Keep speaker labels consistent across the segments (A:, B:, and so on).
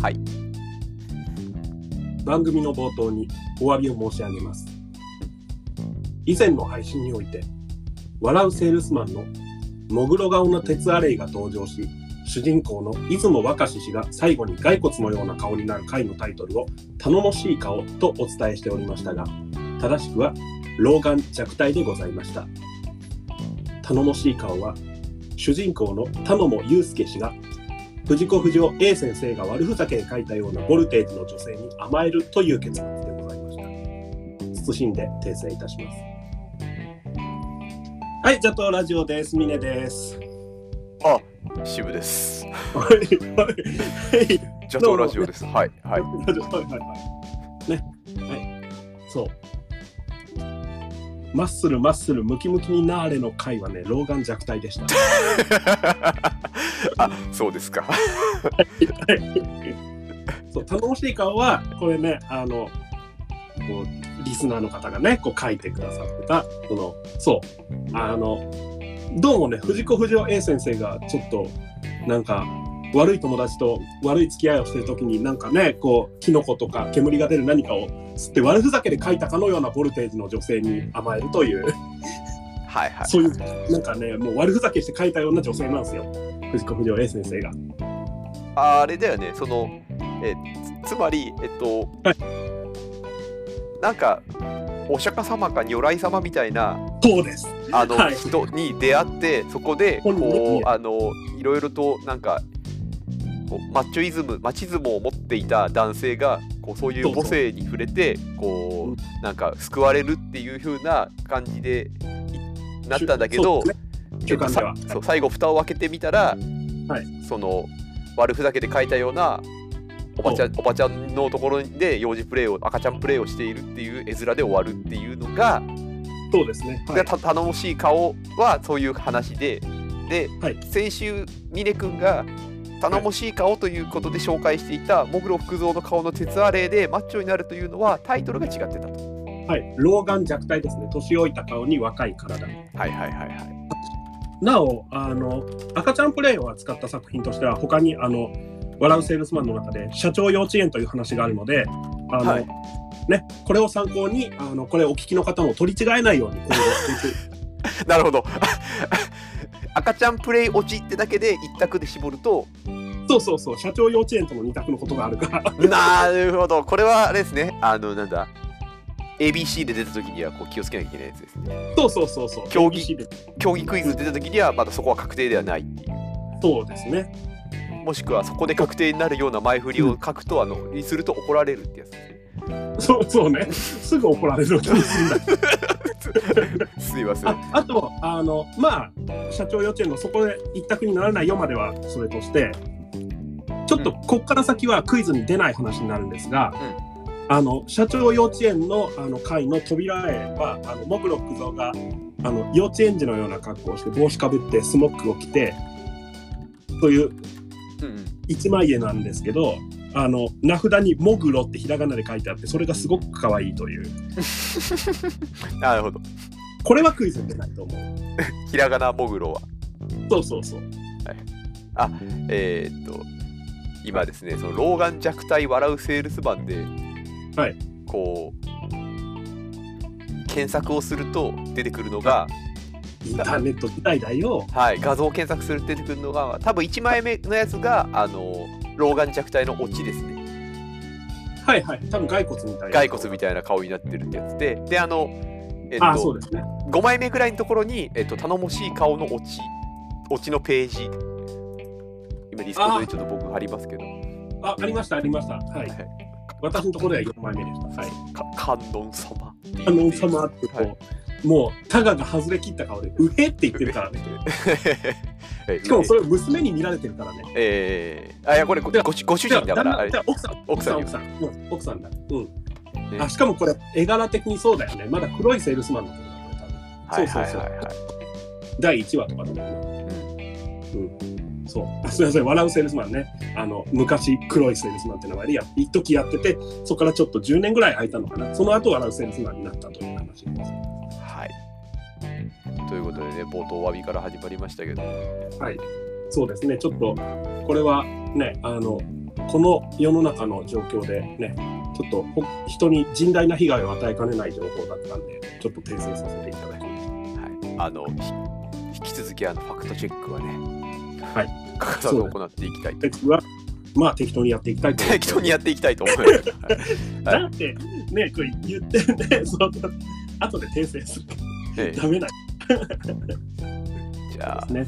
A: はい
B: 番組の冒頭にお詫びを申し上げます以前の配信において笑うセールスマンのもぐろ顔の鉄アレイが登場し主人公の出雲若志氏が最後に骸骨のような顔になる回のタイトルを頼もしい顔とお伝えしておりましたが正しくは老眼弱体でございました頼もしい顔は主人公の田野祐介氏が藤子不二雄 A 先生が悪ふざけで書いたようなボルテージの女性に甘えるという結末でございました謹んで訂正いたしますはいジャトーラジオです峰です
A: あ 渋です
B: はいはいはい
A: ジャトーラジオですはいはい
B: は いはいはい。ね。はい。そう。マッスルマッスルムキムキになーれの回はね、老眼弱体でした。
A: あそうですか
B: そう、頼もしい顔は、これね、あの、こう、リスナーの方がね、こう書いてくださってた、その、そう、あの、どうもね、藤子不二雄 A 先生がちょっと、なんか、悪い友達と悪い付き合いをしてる時になんかねこうキノコとか煙が出る何かを吸って悪ふざけで書いたかのようなボルテージの女性に甘えるという
A: はいはい
B: そういうなんかねもう悪ふざけして書いたような女性なんですよ藤子不二雄 A 先生が
A: ああれだよねそのえつつまりえっと、
B: は
A: なんかお釈迦様か如来様みたいな
B: そうです
A: あの、
B: はい
A: 人に出会ってそこで
B: 本人に
A: こうあのいろいろとなんかこうマッチョイズムマチズムを持っていた男性がこうそうい
B: そう
A: う
B: そう
A: 母性に触れてこうなんか救われるっていう風な感じでいなったんだけ
B: そ
A: ど
B: うですね中間では
A: さそう最後蓋を開けてみたら、
B: はい
A: その悪ふざけで書いたようなおばちゃんおばちゃんのところで幼児プレイを赤ちゃんプレイをしているっていう絵面で終わるっていうのが、
B: そうですねは
A: が
B: い
A: た頼もしい顔はそういう話でで、
B: はい
A: 先週峰君が頼もしい顔ということで紹介していた「もぐろ福蔵の顔の鉄アレイ」でマッチョになるというのはタイトルが違ってたと。
B: はい老眼弱体ですね年老いた顔に若い体
A: はいはいはいはい。
B: なおあの赤ちゃんプレイを扱った作品としては他にあの「笑うセールスマン」の中で「社長幼稚園」という話があるのであの、
A: はい
B: ね、これを参考にあのこれお聞きの方も取り違えないように今後していく
A: なるほど。 赤ちゃんプレイ落ちってだけで一択で絞ると
B: そうそうそう社長幼稚園との二択のことがあるから
A: なるほどこれはあれですねあのなんだ ABC で出た時にはこう気をつけなきゃいけないやつですね
B: そうそうそうそう
A: 競技
B: ABC で
A: 競技クイズ出た時にはまだそこは確定ではないっていう
B: そうですね
A: もしくはそこで確定になるような前振りを書くと、あのにすると怒られるってやつですね。
B: そうそうねすぐ怒られる気がするんだ
A: すいません。
B: ああとあのまあ社長幼稚園のそこで一択にならないよまではそれとしてちょっとこっから先はクイズに出ない話になるんですが、あの社長幼稚園のあの会の扉へはあのモグロック像があの幼稚園児のような格好をして帽子かぶってスモックを着てという
A: うんうん
B: 一枚絵なんですけどあの名札に「モグロ」ってひらがなで書いてあってそれがすごく可愛いという
A: なるほど。
B: これはクイズに出ないと思う
A: ひらがなもぐろは、
B: そうそうそう
A: えー、っと、今ですね、その老眼弱体笑うセールスマンで、
B: はい
A: こう、検索をすると出てくるのが、
B: インターネット時代だよ
A: はい、画像検索すると出てくるのが、多分1枚目のやつが、あの、老眼弱体のオチですね。
B: はいはい、多分骸骨みたいな。
A: 骸骨みたいな顔になってるってやつで、で、あの、えっ
B: ああ、そうですね。
A: 5枚目ぐらいのところに、えっと、頼もしい顔のオチオチのページ今ディスコードでちょっと僕貼りますけど
B: あ、ありました、ありました。はい。
A: はい
B: 私のところでは4枚目でした。はい。
A: か観音様っていう
B: 観音様ってこう、
A: はい
B: もう、タガが外れ切った顔で、うへって言ってるからね。
A: ええ
B: しかもそれを娘に見られてるからね。
A: ええあいやこれごご主ご主
B: じゃ
A: 人
B: あ、
A: だからあ
B: 旦那
A: れ
B: じゃあ奥さん、
A: 奥
B: 奥
A: さ
B: さ
A: ん
B: ん、
A: に
B: 奥さん。うん、奥さんだ。うん。
A: ね
B: あ、しかもこれ、絵柄的にそうだよね。まだ黒いセールスマンのことだよね、多分。
A: はいはいは
B: そ
A: い
B: うそう
A: はい
B: 第1話とかだもんね。うん。そう。 あすみません、笑うセールスマンね。あの、昔、黒いセールスマンって名前でや、一時やってて、そこからちょっと10年ぐらい空いたのかな。その後、笑うセールスマンになったという話です。
A: はいということでね冒頭お詫びから始まりましたけど
B: はい。そうですね、ちょっと、これはね、あの、この世の中の状況でね、ちょっとほ人に甚大な被害を与えかねない情報だったんで、ちょっと訂正させていただきます。
A: はい、あのひ引き続きあのファクトチェックはね、、
B: はい
A: 欠かさず行っていきたいと
B: 僕は、まあ適当にやっていきたいと思いま
A: 適
B: す
A: 当にやっていきたい と思います。はい
B: だって、ね、これ言ってね、その後で訂正するか
A: え
B: らダメなん
A: え、じゃあ
B: ですね。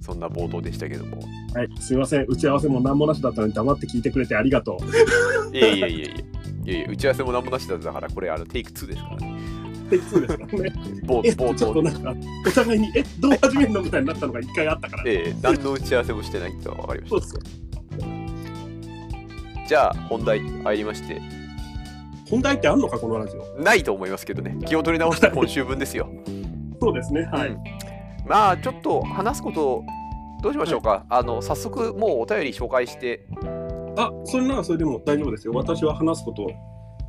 A: そんな冒頭でしたけども、
B: はい、すいません、打ち合わせも何もなしだったのに黙って聞いてくれてありがとう。
A: いやいやいやいやいやいや打ち合わせも何もなしだったからこれあのテイク2ですからね。
B: ってそうですからね。
A: 冒
B: え、
A: 冒
B: ちょっと
A: 頭で
B: な。んか、お互いに、え、どう始めるのみたいになったのが一回あったから。
A: ええ、何の打ち合わせもしてないとは分かりまし
B: そうそう。
A: た。じゃあ本題入りまして、
B: 本題ってあんのか、このラジオ。
A: ないと思いますけどね、気を取り直して今週分ですよ。
B: そうですね、はい。
A: うんまあちょっと話すことどうしましょうか、あの早速もうお便り紹介して
B: あ、それならそれでも大丈夫ですよ。私は話すこと、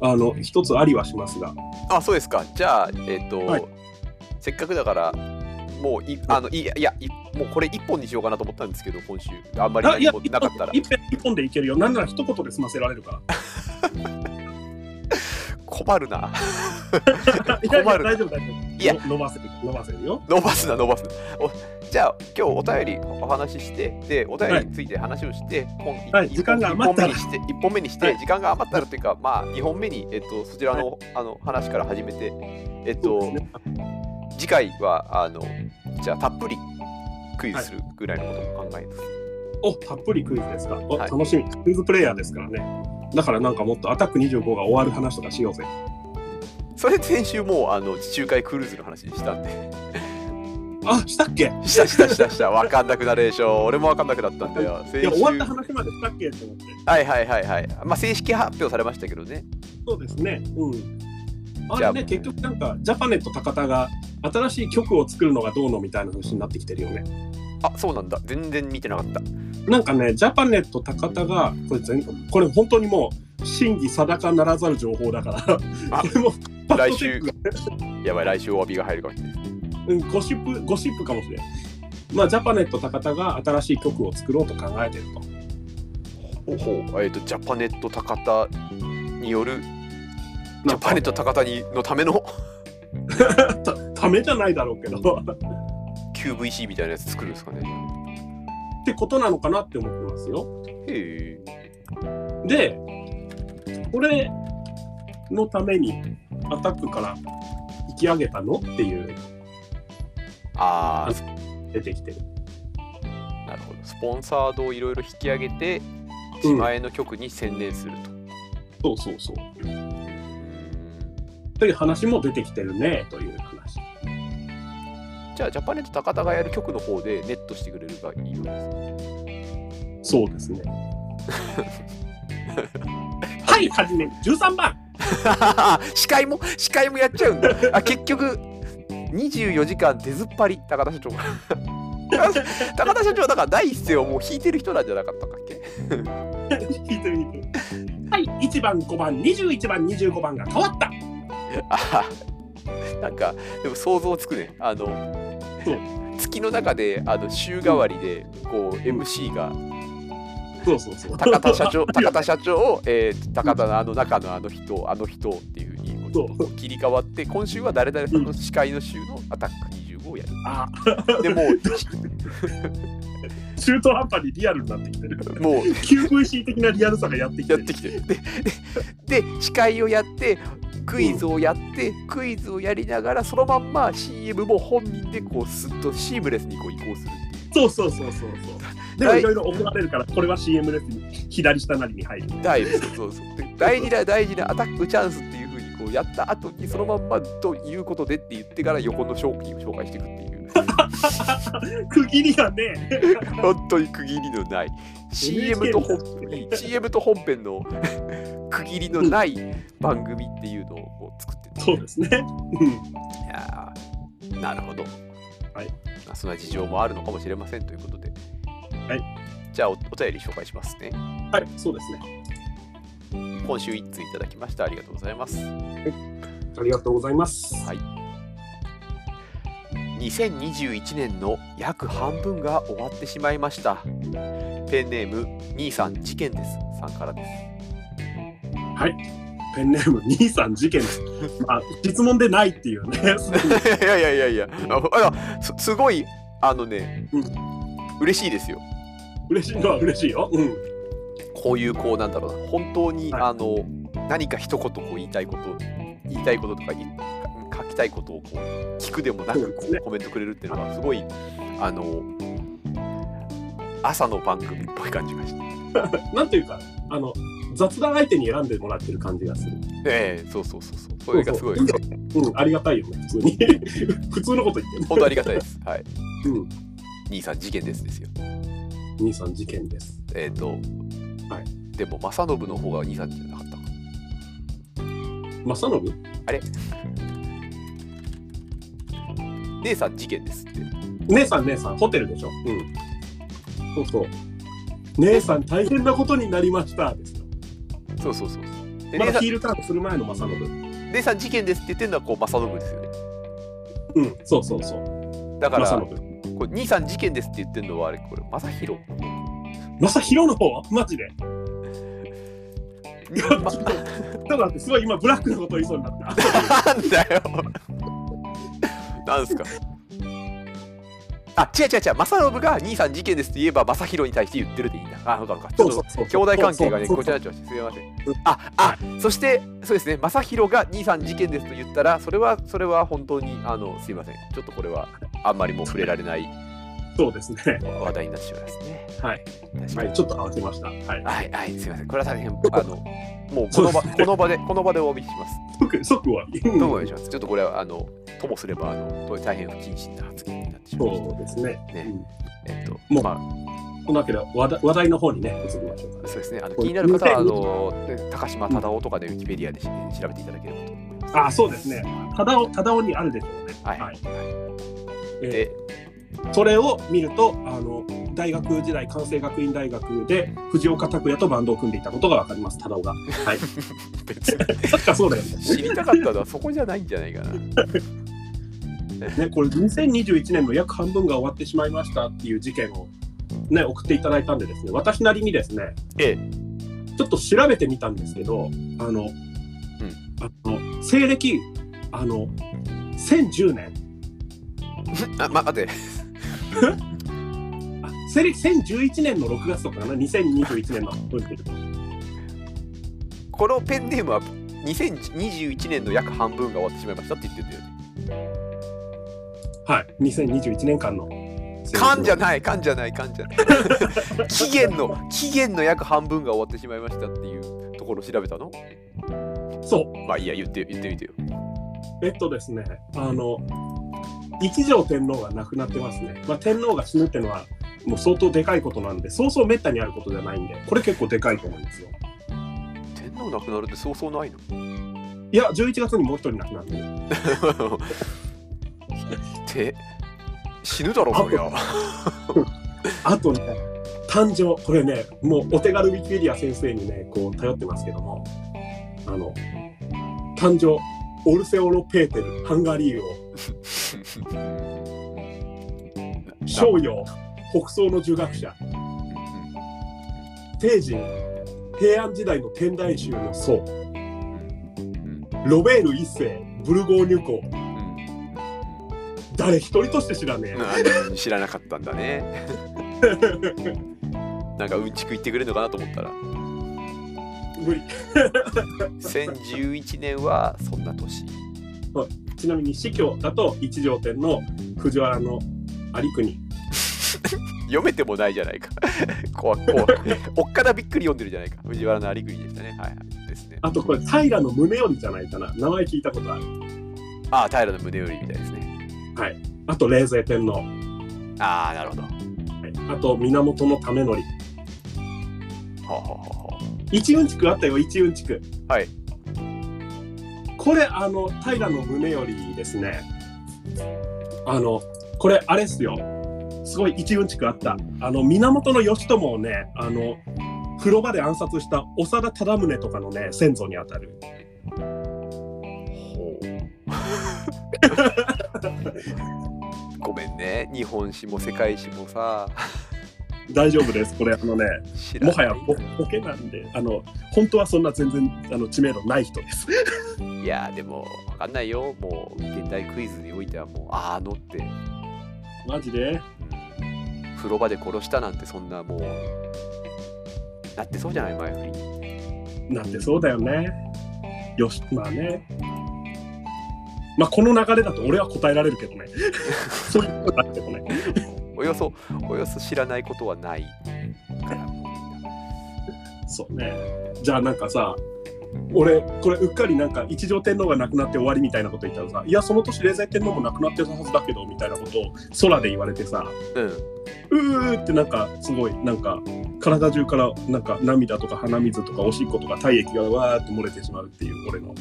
B: あの、一つありはしますが。
A: あそうですかじゃあえっ、と、
B: はい
A: せっかくだからもういあのいいやいもうこれ一本にしようかなと思ったんですけど今週あんまり
B: あ、いや
A: 何、も
B: 一
A: なかったら
B: 本一本一本でいけるよ。なんなら一言で済ませられるか
A: 困るな
B: ら。いやい
A: 困
B: や、
A: る
B: 大丈夫、大丈夫。
A: いや
B: の伸ばせる、伸ばせるよ。
A: 伸ばすな伸ばすなおじゃあ今日お便りお話ししてでお便りについて話をして、本一
B: はい
A: 一本
B: 時間が余ったら
A: 一本目にして一本目にして、
B: はい
A: 時間が余ったらというかまあ二本目にえっとそちらの、あの話から始めてえっ
B: そう
A: と、
B: ですね。
A: 次回はあのじゃあたっぷりクイズするぐらいのことも考えます、
B: おたっぷりクイズですか、お
A: はい
B: 楽しみクイズプレイヤーですからねだからなんかもっとアタック25が終わる話とかしようぜ
A: それ先週もうあの地中海クルーズの話したんで
B: あしたっけ
A: したしたしたした分かんなくなるでしょ俺も分かんなくなったんだよ
B: い
A: 先
B: や終わっ
A: 週
B: た話までしたっけって思って
A: はいはいはいはいまあ正式発表されましたけどね
B: そうですねうんあ
A: じ
B: れ
A: ゃあ
B: ね結局なんかジャパネット高田が新しい曲を作るのがどうのみたいな話になってきてるよね
A: あそうなんだ全然見てなかった
B: なんかねジャパネット高田がこれ全これ本当にもう真偽定かならざる情報だから
A: あ
B: これもパッ
A: 来
B: とチェ
A: 週
B: ックが
A: やばい来週お詫びが入るかもしれないです
B: うん、ゴシップ、ゴシップかもしれない。まあ、ジャパネット高田が新しい曲を作ろうと考えてると。
A: ほほえっ、とジャパネット高田によるジ
B: な
A: ャ
B: んか
A: パネット高田にのための
B: たためじゃないだろうけど、 っ
A: QVC みたいなやつ作るんですかね
B: てことなのかなって思ってますよ。
A: へえ
B: で、これのために、アタックから引き上げたのっていう、
A: ああ
B: 出てきてる。
A: なるほどスポンサードをいろいろ引き上げて
B: うん
A: 自前の曲に専念すると、
B: そうそうそう。という話も出てきてるね、という話。
A: じゃあジャパネット高田がやる曲の方でネットしてくれるがいいようです
B: そうですね。 はい、はじめ、13番
A: 司会も司会もやっちゃうんだあ結局24時間出ずっぱり高田社長が 高田社長はだから第一声をもう弾いてる人なんじゃなかったかっけ
B: 聞いてみて。はい、1番、5番、21番、25番が変わった
A: あなんかでも想像つくねあの
B: そう
A: 月の中であの週替わりでこう MC が
B: そうそうそう。
A: 高田社長高田社長を、えー高田のあの中のあの人あの人っていうふうにこう切り替わって今週は誰々さんの司会の週のアタック25をやる、
B: あ
A: でも
B: 中途半端にリアルになってき てる。
A: うもう
B: QVC 的なリアルさがやってきて
A: やっ
B: る。
A: てきて ででで司会をやってクイズをやって、クイズをやりながらそのまんま CM も本人でこうスッとシームレスにこう移行するっていう
B: そうそうそうそうそう。でも
A: はい
B: いろいろ怒られるから、これは CM ですに左下なりに入る。
A: 大 事そうそうで大事な大事なアタックチャンスっていうふうにこうやった後にそのまんまということでって言ってから横の商品を紹介していくっていう。
B: 区切りがね、
A: 本当に区切りのない CM と本 CM と本編の 区切りのない番組っていうのをこう作って
B: そう
A: る
B: ですね。うん
A: いやーなるほど、
B: はい
A: まあ、そんな事情もあるのかもしれませんということで、
B: はい
A: じゃあおお便り紹介しますね
B: はい、そうですね。
A: 今週1通いただきましたありがとうございます
B: ありがとうございます。
A: はい2021年の約半分が終わってしまいましたペンネーム兄さん事件ですさんからです
B: ペンネーム兄さん事件です。まあ、質問でないっていうね。 すでに
A: いやいやいやいや、ああすすごい、あのね、
B: う
A: 嬉しいですよ。
B: 嬉しいのは嬉しいよ。うん。
A: こういう、こうなんだろうな、本当に、
B: はい
A: あの、何か一言こう言いたいこと、言いたいこととか、い書きたいことをこう聞くでもな
B: そう
A: く、
B: で
A: こ
B: す
A: う
B: ね
A: コメントくれるっていうのが、すごい、あの、朝の番組っぽい感じがして。
B: なんていうか、あの、雑談相手に選んでもらってる感じがする。
A: ええそうそうそうそう、それがすごい
B: そ、うそうようん、ありがたいよね、普通に。 普通のこと言って
A: 本当ありがたいです。はい。
B: る。うん。
A: 兄さん、事件ですですよ。
B: 兄さん事件です。
A: えっ、と、
B: はい
A: でも、正信の方が兄さんじゃなかったか。
B: 正信
A: 姉さん、事件ですって。
B: 姉さん姉さんホテルでしょうんそうそう姉さん大変なことになりましたですよ
A: そうそうそう。で、
B: ま
A: 姉
B: だ
A: さ
B: ヒールターンする前の正信
A: ん、姉さん事件ですって言ってるのは、こう、正信ですよね。
B: うんそうそうそう
A: だから、
B: 正
A: こ
B: 信
A: う兄さん事件ですって言ってるのは、あれ、これ、正弘。
B: 正弘の方マジでまちょっとちょっ
A: に
B: と待ってすごい今ブラックなこと言いそうになった
A: なんだよ。なんすか。あ、違う違う違う、正信が兄さん事件ですって言えば、正弘に対して言ってるでいいんだ。あ、そう かそうか。ちょっと
B: そう
A: 兄弟関係がね、
B: そう
A: こ
B: そう
A: ちらになっちゃいました。すみません。あ、あ、そして、そうですね、正弘が兄さん事件ですと言ったら、それは、それは本当に、あの、すみません。ちょっとこれは、あんまりもう触れられない
B: そうですね
A: 話題になってしまいますね。
B: はい
A: 確か
B: は
A: に
B: い。ちょっと慌てましたはい
A: はいはい、すみません。これは大変、あの、もうこの場、この場で、この場でお詫びします。
B: 即即は
A: どうもお願いします。ちょっとこれは、あの、ともすれば、あの、と大変不謹慎な発言になってしまいまし
B: そうですね
A: ねた。えっと、
B: もう
A: ま
B: うんこのわけで話題話題の方にね移りましょう
A: あ、
B: か
A: そうですね。あの、
B: こ
A: 気
B: う
A: になる方は、あの、高島忠夫とかでウィキペディアで調べていただければと思います。
B: あそうですねただおただおにあるでしょうね
A: はい。
B: はい
A: は
B: え
A: い。
B: ー
A: で、
B: それを見るとあの大学時代関西学院大学で藤岡拓也とバンドを組んでいたことが分かります忠雄が。はい、
A: 別に
B: 確かそうだよね
A: 知りたかったのはそこじゃないんじゃないかな。
B: ねこれ2021年の約半分が終わってしまいましたっていう事件を、ね、送っていただいたんでですね私なりにですね
A: ええ。
B: ちょっと調べてみたんですけどあの、あの西暦あの1010年
A: あ、ま、待って。
B: あ西暦1011年の6月とかかな2021年の
A: このペンネームは、2021年の約半分が終わってしまいましたって言ってたよね。
B: はい2021年間の
A: 缶じゃない缶じゃない缶じゃない 期限の期限の約半分が終わってしまいましたっていうところを調べたの
B: そう
A: まあいいや言って言ってみてよ
B: えっとですね、あの、一条天皇が亡くなってますね。まあ、天皇が死ぬってのは、もう相当でかいことなんで、そうそうめったにあることじゃないんで、これ結構でかいと思うんですよ。
A: 天皇亡くなるってそうそうないの
B: いや、11月にもう一人亡くなってる。
A: て死ぬだろそりゃ
B: あとね、誕生、これね、もうお手軽ウィキペディア先生にね、こう頼ってますけども、あの、誕生、オルセオロ・ペーテル、ハンガリー王、商陽、北宋の儒学者、帝人、平安時代の天台宗の僧、ロベール一世、ブルゴーニュ公、誰一人として知らね
A: うん知らなかったんだね なんかうんちく言ってくれるのかなと思ったら
B: え。無理。
A: 2011年はそんな年
B: ちなみに、司教だと一条天の藤原の有国。
A: 読めてもないじゃないか。 怖い怖い。おっかなびっくり読んでるじゃないか。藤原の有国でしたね。はいはい。ですね。
B: あとこれ、平の宗頼じゃないかな。名前聞いたことある。
A: ああ、平の胸よりみたいですね。
B: あと、冷泉天皇。はい
A: ああ、なるほど。は
B: あと、源為則。
A: あ、はあは
B: 一雲地区あったよ、一雲地区。
A: はい。
B: これ、あの、平の宗頼ですね。あの、これ、あれっすよ。すごい一雲地区あった。あの、源義朝をね、あの、風呂場で暗殺した長田忠宗とかのね、先祖にあたる。
A: あほうごめんね。日本史も世界史もさ。
B: 大丈夫です。これ、あのね、
A: 知ら
B: も
A: ない
B: はやボボケなんで、あの、本当はそんな全然あの知名度ない人です。
A: いやーでもわかんないよもう現代クイズにおいてはもうあーあのって
B: マジで
A: 風呂場で殺したなんてそんなもうなってそうじゃない前振りに
B: なんてそうだよね。よし、まあね。まあ、この流れだと俺は答えられるけどね。そういうことだけどね。
A: およそおよそ知らないことはないから
B: そうね。じゃあなんかさ、俺、これうっかりなんか一条天皇が亡くなって終わりみたいなこと言ったらさ、いや、その年冷泉天皇も亡くなってたはずだけど、みたいなことを空で言われてさ、
A: うん
B: うーってなんかすごいなんか体中からなんか涙とか鼻水とかおしっことか体液がわーって漏れてしまうっていう俺の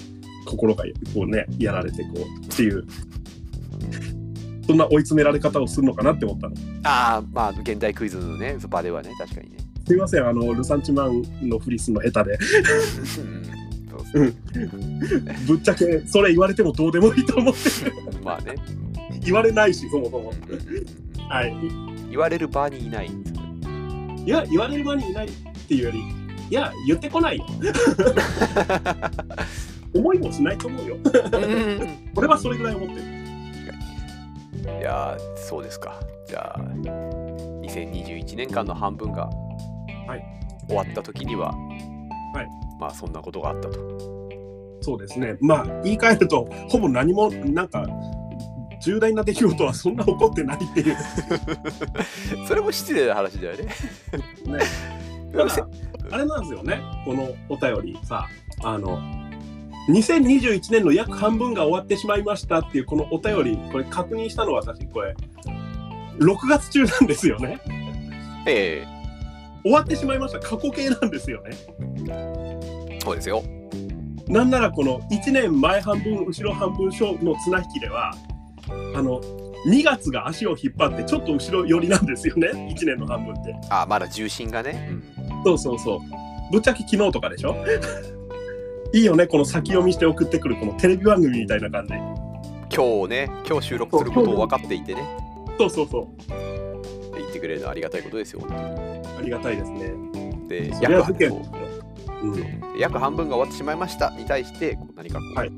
B: 心がこうねやられてこうっていうそんな追い詰められ方をするのかなって思ったの
A: ああまあ現代クイズのねそ場ではね確かにね
B: すいませんあのルサンチマンのフリスの下手で
A: うんそうそう
B: ぶっちゃけそれ言われてもどうでもいいと思って
A: まあね
B: 言われないしそもそも
A: うんうんうん
B: はい
A: 言われる場にいない
B: いや言われる場にいないっていうよりいや言ってこないよ思いもしないと思うよ俺はそれぐらい思ってる
A: いやーそうですかじゃあ2021年間の半分が
B: はい
A: 終わった時には、
B: はい
A: まあそんなことがあったと
B: そうですね、まあ、言い換えると、ほぼ何も、なんか、重大な出来事はそんな起こってないっていう、
A: それも失礼な話だよね
B: ね、
A: う
B: た
A: んせ
B: だ、あれなんですよね、このお便りさ、あの、2021年の約半分が終わってしまいましたっていう、このお便り、これ、確認したのは私、これ、6月中なんですよね。
A: え
B: 終わってしまいました、過去形なんですよね。
A: えそうですよ
B: なんならこの1年前半分後ろ半分勝負の綱引きではあの2月が足を引っ張ってちょっと後ろ寄りなんですよね1年の半分って
A: あまだ重心がね、うん
B: そうそうそうぶっちゃけ昨日とかでしょ いいよねこの先読みして送ってくるこのテレビ番組みたいな感じ
A: 今日ね今日収録することを分かっていてね
B: そうそうそう
A: 言ってくれるのはありがたいことですよ本
B: ありがたいですね
A: 当にで
B: それ
A: 約
B: は事件
A: 半
B: うん
A: 約半分が終わってしまいましたに対してこう何かこう、
B: はい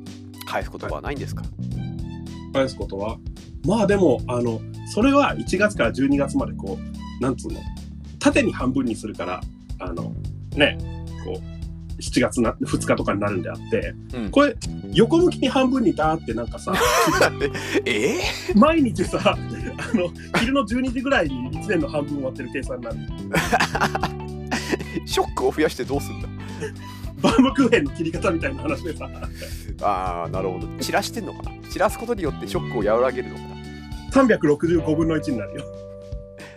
A: 返す言葉はないんですか、
B: 返すことはまあでもあのそれは1月から12月までこうなんつうの縦に半分にするからあのねこう7月な2日とかになるんであって
A: うん
B: これ横向きに半分にダーってなんかさ
A: ええ
B: 毎日さあの昼の12時ぐらいに1年の半分終わってる計算になる
A: ショックを増やしてどうすんだ
B: バームクーヘンの切り方みたいな話でさ
A: ああなるほど散らしてんのかな散らすことによってショックを和らげるのかな
B: 365分の1になるよ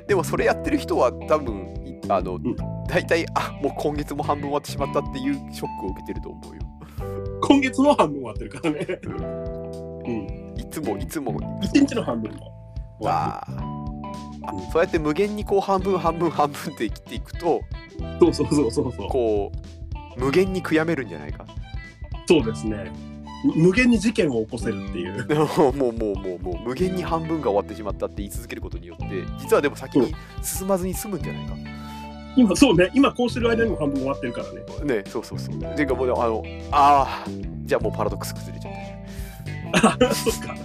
A: でもそれやってる人は多分いあの、
B: ん
A: 大体あもう今月も半分終わってしまったっていうショックを受けてると思うよ
B: 今月も半分終わってるからね
A: う
B: うん
A: いつもいつも
B: 1日の半分も終わ
A: わああそうやって無限にこう半分半分半分って生きていくと
B: ってるそうそうそうそうそう
A: こう無限に悔やめるんじゃないか
B: そうですね。無限に事件を起こせるっていう。
A: もうもうもうもうもう無限に半分が終わってしまったって言い続けることによって実はでも先に進まずに済むんじゃないか
B: 今、そうね。今こうしてる間にも半分終わってるからね。
A: ねそうそうそうていうかもうあのああじゃあもうパラドックス崩れちゃった
B: あそっか。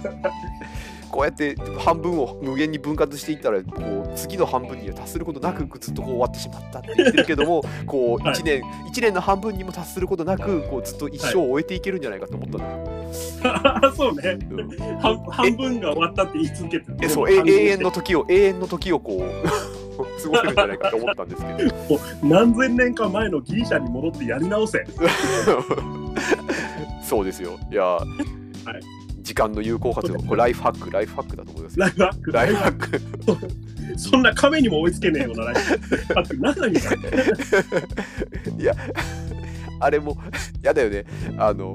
A: こうやって半分を無限に分割していったらこう次の半分には達することなくずっとこう終わってしまったって言ってるけどもこう
B: はい
A: 1年、一年の半分にも達することなくこうずっと一生を終えていけるんじゃないかと思ったの、
B: あそうね。
A: うん
B: 半半分が終わったって言い続けてる。
A: えそうえ永遠の時を永遠の時をこう 過ごせるんじゃないかと思ったんですけ ど
B: もう何千年か前のギリシャに戻ってやり直せ。
A: そうですよいや、時間の有効活用これライフハックライフハックだと思いますよ
B: ライフハック
A: ライフハック
B: そんな亀にも追いつけねえようなライフハック。何だみたいな。
A: いやあれもやだよねあの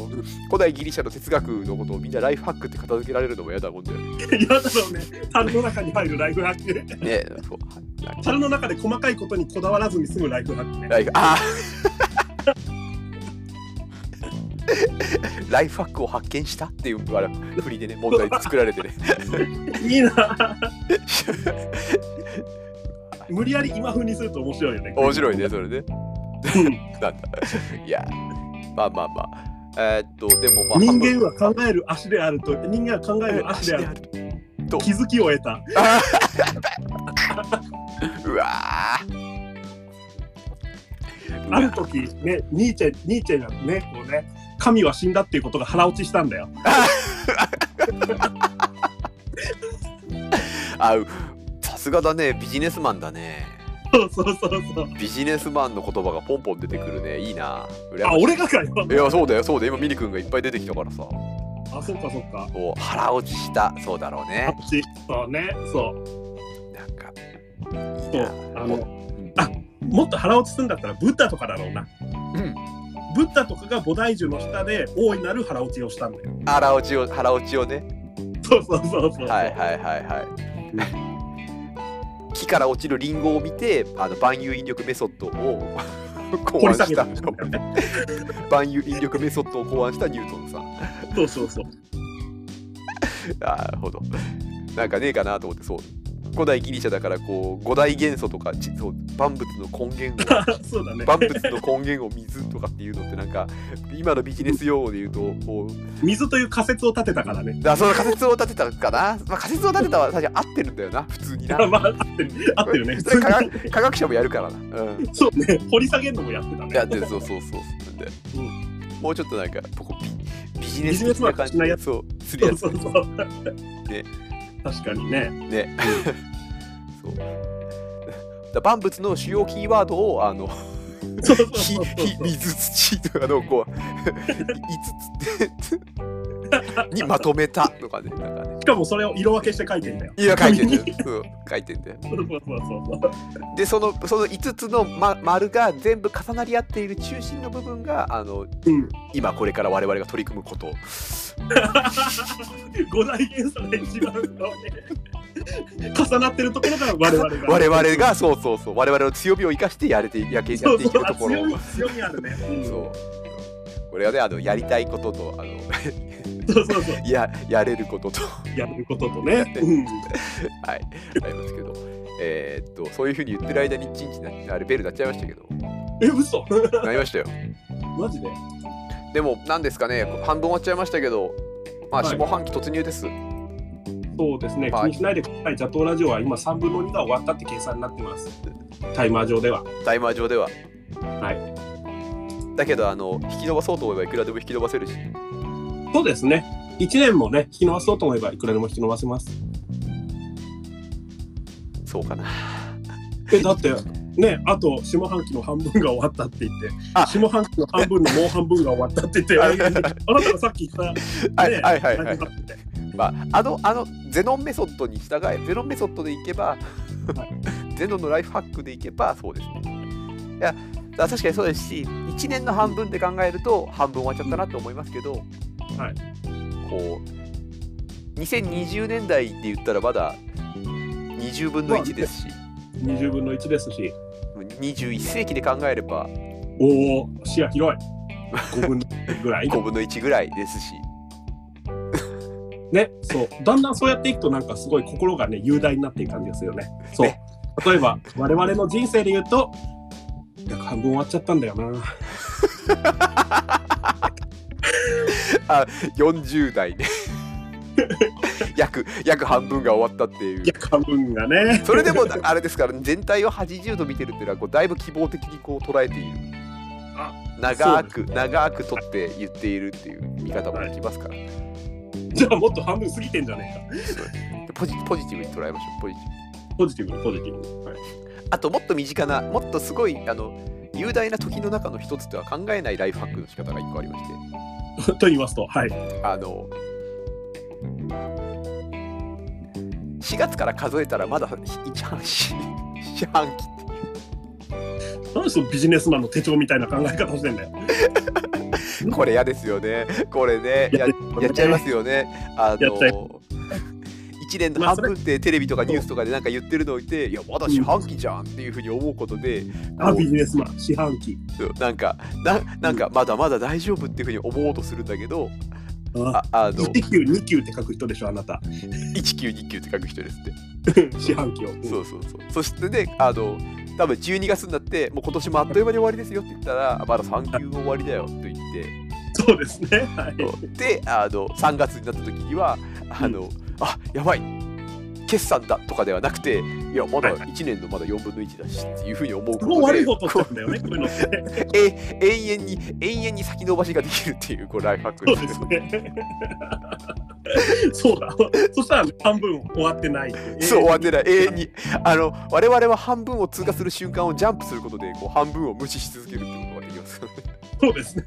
A: 古代ギリシャの哲学のことをみんなライフハックって片付けられるのもやだもんだよね
B: 嫌だろうね。樽の中に入るライフハック。
A: ねそうなんか
B: 樽の中で細かいことにこだわらずに済むライフハックね。
A: ライフあ ーライフハックを発見したっていうあれ振りでね問 題作られてね
B: いいな。無理やり今風にすると面白いよね。
A: 面白いね、それね。 なんだ。いや、まあまあまあ。えーっと、でもまあ、
B: 人間は考える足であると、人間は考える足である
A: と
B: 気づきを得た。
A: うわー
B: ある時ね、ニーチェ、ニーチェがね、こうね、神は死んだっていうことが腹落ちしたんだよ。
A: あうさすがだねビジネスマンだね
B: そうそうそうそう。
A: ビジネスマンの言葉がポンポン出てくるねいいな羨ま
B: あ、
A: しい
B: 俺がかよ。
A: いやそうだよそうだよ今ミニ君がいっぱい出てきたからさ
B: あ、そっかそっか。
A: お腹落ちしたそうだろう
B: あ
A: ね
B: っち、そうね、そう、
A: なんか
B: そう、あの、もっと腹落ちするんだったら、ブッダとかだろうな。
A: うん
B: ブッダとかが菩提樹の下で大いなる腹落ちをしたんだよ。
A: 腹落ちを腹落ちをね
B: そうそうそうそう。
A: はいはいはいはい木から落ちるリンゴを見てあの万有引力メソッドを 考
B: 掘
A: 案
B: り下
A: し
B: げ
A: た
B: たんだよね。
A: 万有引力メソッドを考案したニュートンさん
B: そうそうそう。
A: なるほど。なんかねえかなと思って、そう。古代ギリシャだから、こう、五大元素とか、ちそう万物の根 源を、
B: そうだね。
A: 万物の根源を水とかっていうのって、なんか、今のビジネス用語で言うと、こう、
B: 水という仮説を立てたからね。
A: だその仮説を立てたかな。まあ、仮説を立てたは、最初合ってるんだよな、普通に な。
B: まあ、合ってる、合ってるね。普
A: そ
B: 通
A: れ
B: に
A: 科学科学者もやるからな。うん。
B: そうね、掘り下げるのもやってたね。
A: やってる、そうそうそう。なんで、
B: う
A: もうちょっとなんか、ここビ、ビジネス的な感じ
B: ビジネスマンしない
A: で、
B: や
A: そう、する
B: そ
A: や
B: う
A: つ
B: そうそう。
A: ね
B: 確かにね。
A: ね。そう。だ万物の主要キーワードを、あの、
B: そうそう
A: 火
B: そう
A: 火
B: そう。
A: 水土とかのこう5つってにまとめたとかねなんかね
B: しかもそれを色分けして書いてんだよ。
A: いや書いてんだよ
B: 紙に、
A: うん、書いてんだよ
B: そうそうそうそう。
A: でそのその5つの、ま、丸が全部重なり合っている中心の部分があの
B: うん。
A: 今これから我々が取り組むこと
B: 五大元素で一番のね重なってるところが我々が。
A: 我々がそうそうそう我々の強みを生かしてやれてやけや
B: そ
A: っ
B: う
A: ていけ
B: そう
A: るとこ
B: 強み
A: ろ
B: 強みあるね。うん
A: そうこれはねあのやりたいこととあの
B: そうそうそう。
A: ややれること と
B: やることとね。うん。
A: はい、ありますけど、えーっと、そういうふうに言ってる間に、チンチンなあれ、ベルなっちゃいましたけど、
B: え、嘘。
A: なりましたよ。
B: マジで。
A: でも、なんですかね、半分終わっちゃいましたけど、まあ、
B: はい
A: 下半期突入です。
B: そうですね。気
A: はい
B: にしないでください。ジャトーラジオは今三分の二が終わったって計算になってます。タイマー上では。
A: タイマー上では。
B: はい。
A: だけど、あの、引き伸ばそうと思えば、いくらでも引き伸ばせるし、
B: そうですね。一年もね、引き伸ばそうと思えばいくらでも引き伸ばせます。
A: そうかな。
B: えだってねあと下半期の半分が終わったって言って
A: あ
B: 下半期の半分のもう半分が終わったって言って
A: あ
B: あなたがさっき言った、
A: はい、はい、はい、はい
B: 何。かって
A: まあ、あの、あの、ゼノンメソッドに従え、ゼノンメソッドでいけば、ゼノンのライフハックでいけば、そうですね。いや、だ確かにそうですし、1年の半分で考えると、半分終わっちゃったなと思いますけど、
B: はい
A: こう、2020年代って言ったらまだ20分の1ですし、
B: 20分の1ですし
A: 21世紀で考えれば
B: おお視野広い5分の1ぐらい
A: 5分の1ぐらいですし、
B: ねそうだんだんそうやっていくとなんかすごい心がね雄大になっていく感じですよねそう
A: ね
B: 例えば我々の人生で言うとなんか半分終わっちゃったんだよな
A: 40代 で約、約半分が終わったっていう
B: いや。半分がね
A: それでもだあれですから、全体を80度見てるっていうのはこうだいぶ希望的にこう捉えている
B: あ
A: 長く長く取って言っているっていう見方もできますから、
B: じゃあもっと半分過ぎてんじゃね
A: ポジポジティブに捉えましょうポジティ
B: えかポジティブにポジティブに、はい
A: ブあともっと身近なもっとすごいあの雄大な時の中の一つとは考えないライフハックの仕方が一個ありまして
B: と言いますとはい
A: あの4月から数えたらまだ1半 期四半期
B: なんでそのビジネスマンの手帳みたいな考え方してんだよ。
A: これ嫌ですよね。これね、ややっちゃいますよね。あ
B: やっちゃい
A: の一年の半分ってテレビとかニュースとかでなんか言ってるのをいて、いやまだ四半期じゃんっていうふうに思うことで、
B: あ、
A: こ
B: ビジネスマン、四半期。
A: うなんかななんかまだまだ大丈夫っていうふうに思おうとするんだけど、ああ の
B: 1級、2級って書く人でしょ、あな た。
A: 1929って書く人ですって
B: 四半期を。
A: そうそうそうそしてねあの多分12月になってもう今年もあっという間に終わりですよって言ったらあまだ3級も終わりだよと言っ
B: そうですね。はい。
A: てであの3月になった時にはあの、あやばい決算だとかではなくていやまだ
B: はいは
A: 1年のまだ4分の1だしっていうふうに思うこ
B: もう
A: と
B: 悪
A: で
B: いことなんだよね、こういうのって。
A: え永遠に永遠に先延ばしができるっていうこうライフハック
B: そ
A: で
B: う
A: す
B: で
A: ね
B: すね。そうだ。そしたら半分終わってないっていう。
A: そう終わってない永遠にあの我々は半分を通過する瞬間をジャンプすることでこう半分を無視し続けるってことができます
B: そうですね。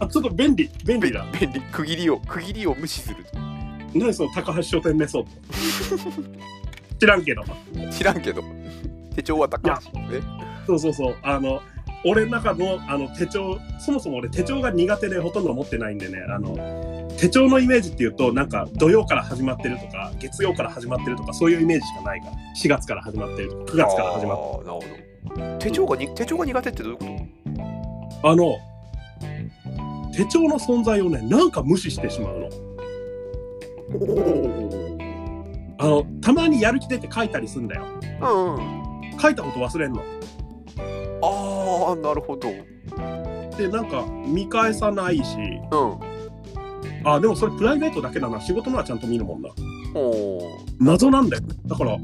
B: あ、ちょっと便利、便利だ。
A: 便利区切りを区切りを無視する
B: 何その高橋書店メソッド。知らんけど。
A: 知らんけど手帳は高橋ね
B: そうそうそう。あの、俺の中のあの手帳、そもそも俺手帳が苦手でほとんど持ってないんでね、あの、手帳のイメージっていうと、なんか土曜から始まってるとか、月曜から始まってるとか、そういうイメージしかないから、4月から始まってるとか、9月から始まってる。
A: あーなるほど手帳がに手帳が苦手ってどういうこと
B: あの、手帳の存在をね、なんか無視してしまうの。あの、たまにやる気出て書いたりすんだよ。
A: うんうん
B: 書いたこと忘れんの。
A: ああなるほどう
B: で、なんか見返さないし、
A: ん
B: あ、でもそれプライベートだけだな。仕事のはちゃんと見るもんな。
A: おー
B: 謎なんだよ。だから、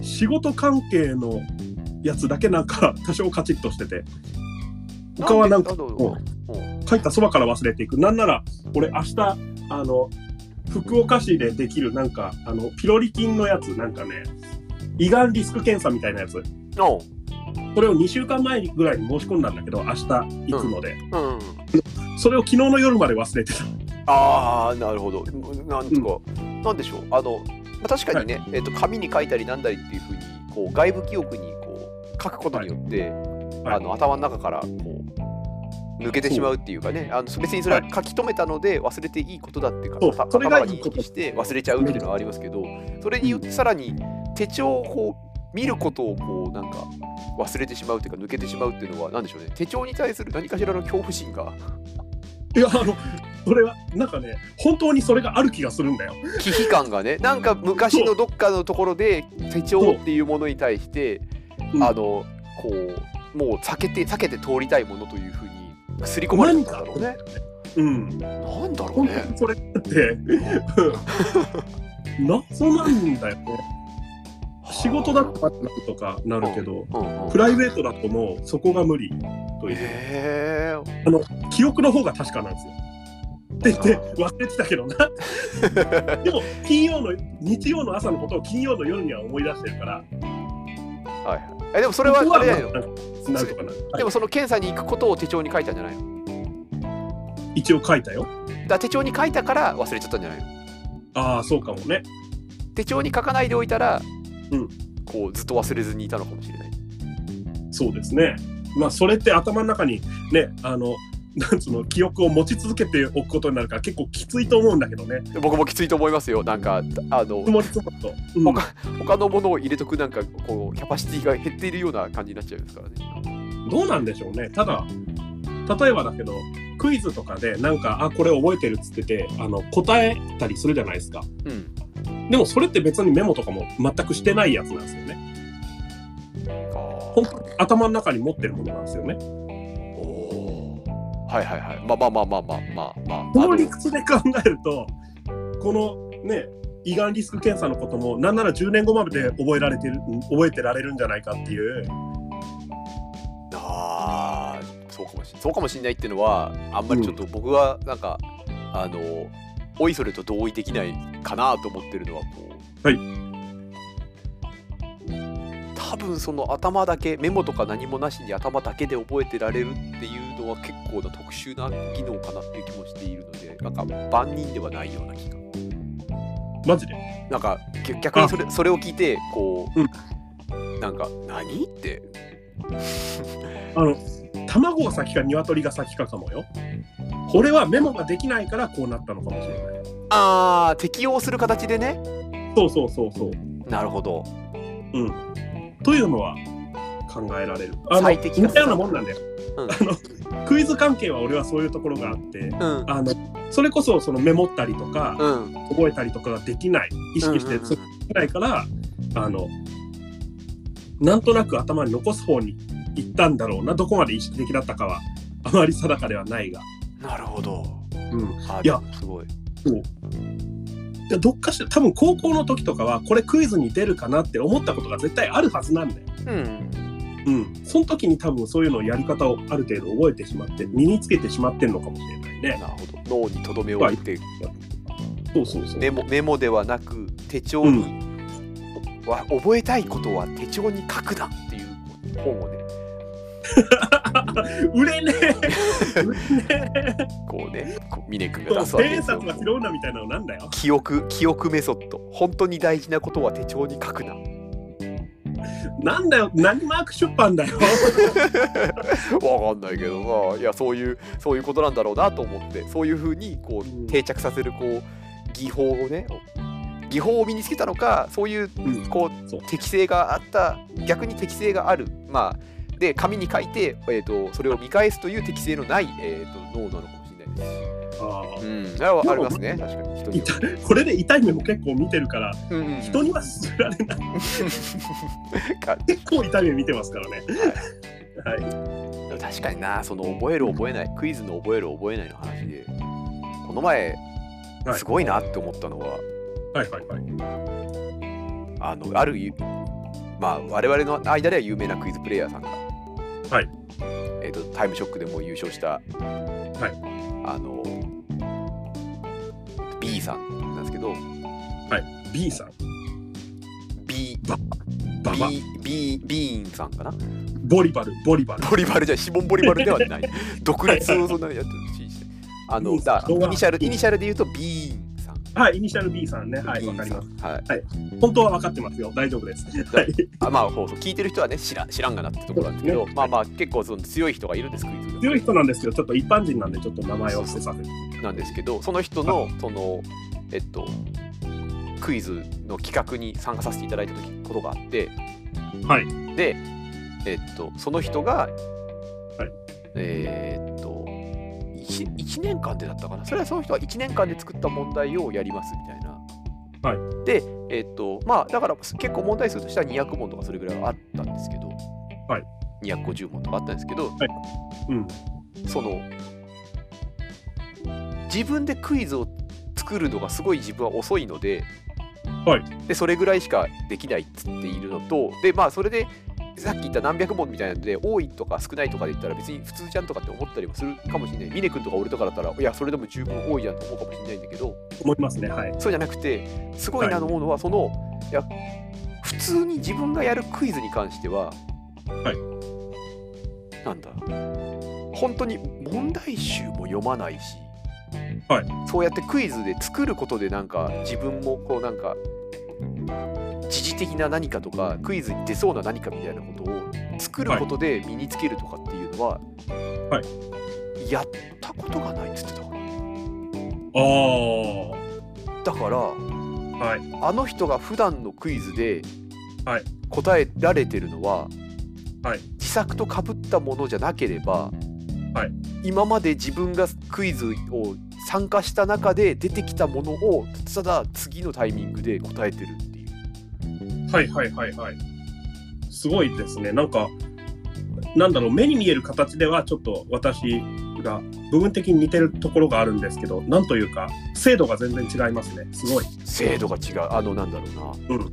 B: 仕事関係のやつだけなんか 多少カチッとしてて、他はなんか
A: でだろ
B: も
A: ううん
B: 書いたそばから忘れていく。なんなら、俺明日、あの、福岡市でできるなんか、あの、ピロリ菌のやつ、なんかね、胃がんリスク検査みたいなやつ、
A: おう
B: それを2週間前ぐらいに申し込んだんだけど、明日行くので、
A: うん
B: それを昨日の夜まで忘れてた。
A: ああなるほどなんとか、なんでしょうあの、まあ、確かにね、えっと紙に書いたりなんだりっていうふうにこう外部記憶にこう書くことによって、
B: はい
A: あの頭の中からこう抜けてしまうっていうかねあの別にそれは書き留めたので忘れていいことだっていうか、
B: そう
A: た
B: それがいい
A: 頭に意識して忘れちゃうっていうのはありますけどそれによってさらに手帳をこう見ることをこうなんか忘れてしまうっていうか抜けてしまうっていうのは何でしょうね手帳に対する何かしらの恐怖 心が
B: いや、あの、それは、なんかね、本当にそれがある気がするんだよ。
A: 危機感がねなんか昔のどっかのところで手帳っていうものに対して
B: うん
A: あのこうもう避けて避けて通りたいものというふうに刷り込まれたんだろうね。
B: うん。
A: なんだろう
B: 本当
A: ね。
B: にそれって、謎なんだよね。仕事だったらなんとかなるけど、
A: うんうん
B: プライベートだともうそこが無理という、
A: へー
B: 記憶の方が確かなんですよ。って言って忘れてたけど な。でも金曜の日曜の朝のことを金曜の夜には思い出してるから、
A: はいはいえでもそれは
B: ここ
A: あれじゃないの
B: なんかなんとかなる。
A: でもその検査に行くことを手帳に書いたんじゃないの
B: 一応書いたよ。
A: だから手帳に書いたから忘れちゃったんじゃないの
B: ああ、そうかもね。
A: 手帳に書かないでおいたら、
B: うん
A: こうずっと忘れずにいたのかもしれない。
B: そうですね。まあそれって頭の中にね、あの、なんつうの、記憶を持ち続けておくことになるから結構きついと思うんだけどね。
A: 僕もきついと思いますよ。なんかあの
B: 積もり積もりと。うん
A: 他他のものを入れとくなんかこうキャパシティが減っているような感じになっちゃいますからね。
B: どうなんでしょうね。ただ、例えばだけど、クイズとかでなんか、あ、これ覚えてるっつってて、あの、答えたりするじゃないですか。
A: うん。
B: でもそれって別にメモとかも全くしてないやつなんですよね。本当に頭の中に持ってるものなんですよね。
A: おーはいはいはい。まあまあまあまあまあまあまあ。
B: この
A: あ
B: 理屈で考えると、このね、胃がんリスク検査のことも、なんなら10年後まで覚えられてる、覚えてられるんじゃないかっていう。
A: あーそうかもしれそうかもしれないっていうのはあんまりちょっと僕はなんか、あのおいそれと同意できないかなと思ってるのはこう
B: はい
A: 多分その頭だけメモとか何もなしに頭だけで覚えてられるっていうのは結構な特殊な技能かなっていう気もしているのでなんか万人ではないような気が
B: マジで。
A: なんか逆逆にそれそれを聞いてこう、
B: うん
A: なんか何って
B: あの卵が先か鶏が先かかもよ。俺はメモができないからこうなったのかもしれない。
A: ああ適応する形でね
B: そうそうそうそう。
A: なるほど
B: というのは考えられる。あの
A: 最適化
B: 似たようなもんなんだよ。
A: う
B: あ
A: ん
B: のクイズ関係は俺はそういうところがあって
A: うん
B: あのそれこそそのメモったりとか、
A: うん
B: 覚えたりとかができない意識して
A: うんうんうん
B: それぐらいから、あのなんとなく頭に残す方に行ったんだろうなどこまで意識的だったかはあまり定かではないが、
A: なるほど
B: うん、
A: あ
B: いや
A: でもすごい
B: でどっかしら多分高校の時とかはこれクイズに出るかなって思ったことが絶対あるはずなんだよ。
A: うん
B: うん、その時に多分そういうのをやり方をある程度覚えてしまって身につけてしまってるのかもしれない
A: な
B: ね。
A: るほど脳にとどめを置いて
B: そうそうそう。
A: メモメモではなく手帳に、わ覚えたいことは手帳に書くなっていう本をね
B: 売れねえ売れねえ
A: こうねこう峰君が出すわけ
B: 千
A: で
B: 円
A: すよ
B: 札が拾うなみたいなのなんだよ。
A: 記憶記憶メソッド本当に大事なことは手帳に書くな
B: なんだよ、何マーク出版だよ。
A: わかんないけどさいやそういうそういうことなんだろうなと思ってそういうふうにこ
B: うん
A: う定着させるこう技法をね技法を身につけたのかそういう
B: うん
A: こ
B: そう
A: う適性があった逆に適性があるまあで紙に書いて、えー、とそれを見返すという適性のない、えー、と脳なのかもしれないです。
B: あ
A: うん、あれはありますね確かに人によって
B: あこれで痛い目も結構見てるから、
A: うんうん
B: 人には知られない。
A: か
B: 結構痛い目見てますからね。はい。
A: でも確かになその覚える覚えないクイズの覚える覚えないの話でこの前
B: はい
A: すごいなって思ったのは、
B: はいはいはい。
A: あのあるゆまあ我々の間では有名なクイズプレイヤーさんが、
B: はい
A: えー、とタイムショックでも優勝した、あの B さんなんですけど
B: B さん、
A: B
B: ババ、
A: B B ビーンさんかな
B: ボリバル、ボリバル。
A: ボリバルじゃ指紋ボリバルでは ない独立をそんなやってほしいしあのだイニシャルイニシャルで言うとビーンさん
B: はい、イニシャル B さんね。はい、
A: ビ
B: わ
A: ー
B: か
A: ン
B: り
A: さ
B: ます。
A: んはい
B: 本当は分かってますよ。大丈夫です。はい。
A: あまあそうそう聞いてる人はね知ら知らんがなってところなんですけど、まあまあ結構その強い人がいるんですクイズが
B: 強い人なんですけど、ちょっと一般人なんで、ちょっと名前を伏せさせて。
A: なんですけどその人のそのえっとクイズの企画に参加させていただいた時ことがあって
B: はい。
A: でえっとその人が、
B: はい
A: えーっと 1, 年間でだったかなそれはその人は1年間で作った問題をやりますみたいな。
B: は
A: でえっとまあだから結構問題数としては200問とかそれぐらいはあったんですけど、
B: はい
A: 250問とかあったんですけど
B: うん。
A: その自分でクイズを作るのがすごい自分は遅いので,、
B: はい
A: でそれぐらいしかできないっつっているのとでまあそれでさっき言った何百問みたいなので多いとか少ないとかで言ったら別に普通じゃんとかって思ったりもするかもしれない峰君とか俺とかだったらいやそれでも十分多いじゃんと思うかもしれないんだけど
B: 思いますね。はい。
A: そうじゃなくてすごいなと思うのはその、い、や普通に自分がやるクイズに関しては、
B: はい
A: なんだ本当に問題集も読まないし、
B: はい
A: そうやってクイズで作ることでなんか自分もこうなんか時事的な何かとかクイズに出そうな何かみたいなことを作ることで身につけるとかっていうのは、
B: は
A: やったことがないっつってたから
B: ああ。
A: だから。
B: はい。
A: あの人が普段のクイズで
B: はい
A: 答えられてるのは、
B: はい
A: 自作とかぶったものじゃなければ、
B: はい
A: 今まで自分がクイズを参加した中で出てきたものをただ次のタイミングで答えてるっていう。
B: はいはいはいはい。すごいですね。なんか、なんだろう、目に見える形ではちょっと私が部分的に似てるところがあるんですけど、なんというか、精度が全然違いますね。すごい。
A: 精度が違うあのなんだろうな、
B: う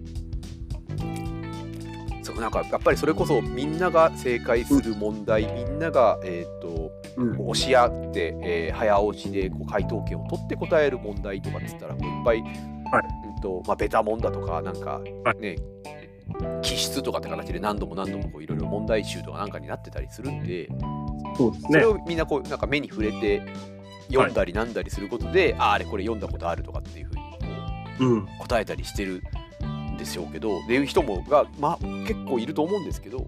A: そうなんかやっぱりそれこそみんなが正解する問題、みんながえっ、と
B: うん。
A: 押し合って、えー早押しでこう回答権を取って答える問題とかっつったらこういっぱい、うんとまあ、ベタもんだとかなんか
B: は
A: ね、気質とかって形で何度も何度もこういろいろ問題集とかなんかになってたりするんで
B: そうです
A: そ
B: ね
A: れ。をみんなこうなんか目に触れて読んだりなんだりすることで、あーあれこれ読んだことあるとかっていうふうにこう
B: うん。
A: 答えたりしてるんでしょうけどっていう人もが、まあ、結構いると思うんですけど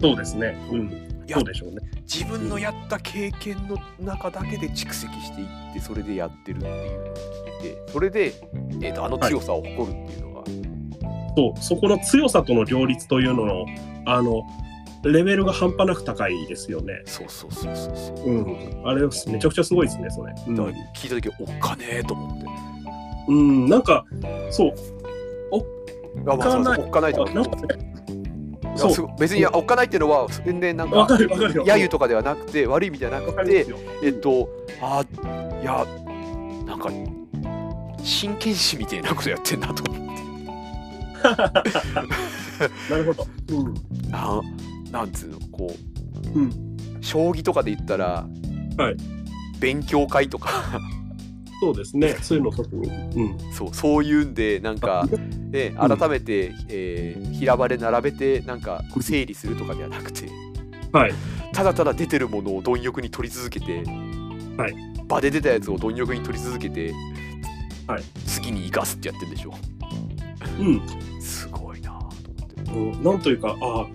B: そうですね。うん。
A: いや
B: そうでしょうね。
A: 自分のやった経験の中だけで蓄積していってそれでやってるっていうのを聞いてそれで、えー、とあの強さを誇るっていうのが、
B: そう。そこの強さとの両立というのを、あの、レベルが半端なく高いですよね。
A: そうそうそうそうそう。
B: うん。あれはめちゃくちゃすごいですね、それ。う
A: だか
B: ん
A: ら。聞いた時おっかねえと思って。
B: うん、なんか、そう。おっかない
A: あまあそうそうおっかないと
B: あなん
A: 思
B: か
A: う。
B: ね
A: いや
B: そ
A: すごい別にいやおっかないっていうのは全然なん
B: う。わ
A: か
B: かるわかるよ。
A: 揶揄とかではなくて悪い意味じゃな
B: わか
A: く
B: りま
A: て
B: すよ。
A: えっとあいやなんか真剣士みたいなことやってんなと思って
B: なるほど。うん。
A: ななんつうのこう、
B: うん
A: 将棋とかで言ったら、
B: はい
A: 勉強会とか
B: そうですね。そういうの特に。うん。
A: そうそういうんでなんか、ね、
B: うん
A: 改めて、えー平場で並べてなんかこう整理するとかではなくて
B: はい。
A: ただただ出てるものを貪欲に取り続けて、
B: はい
A: 場で出たやつを貪欲に取り続けて、
B: はい
A: 次に生かすってやってるんでしょ
B: うん。
A: すごいなぁと思って。
B: うんなんというか、ああ、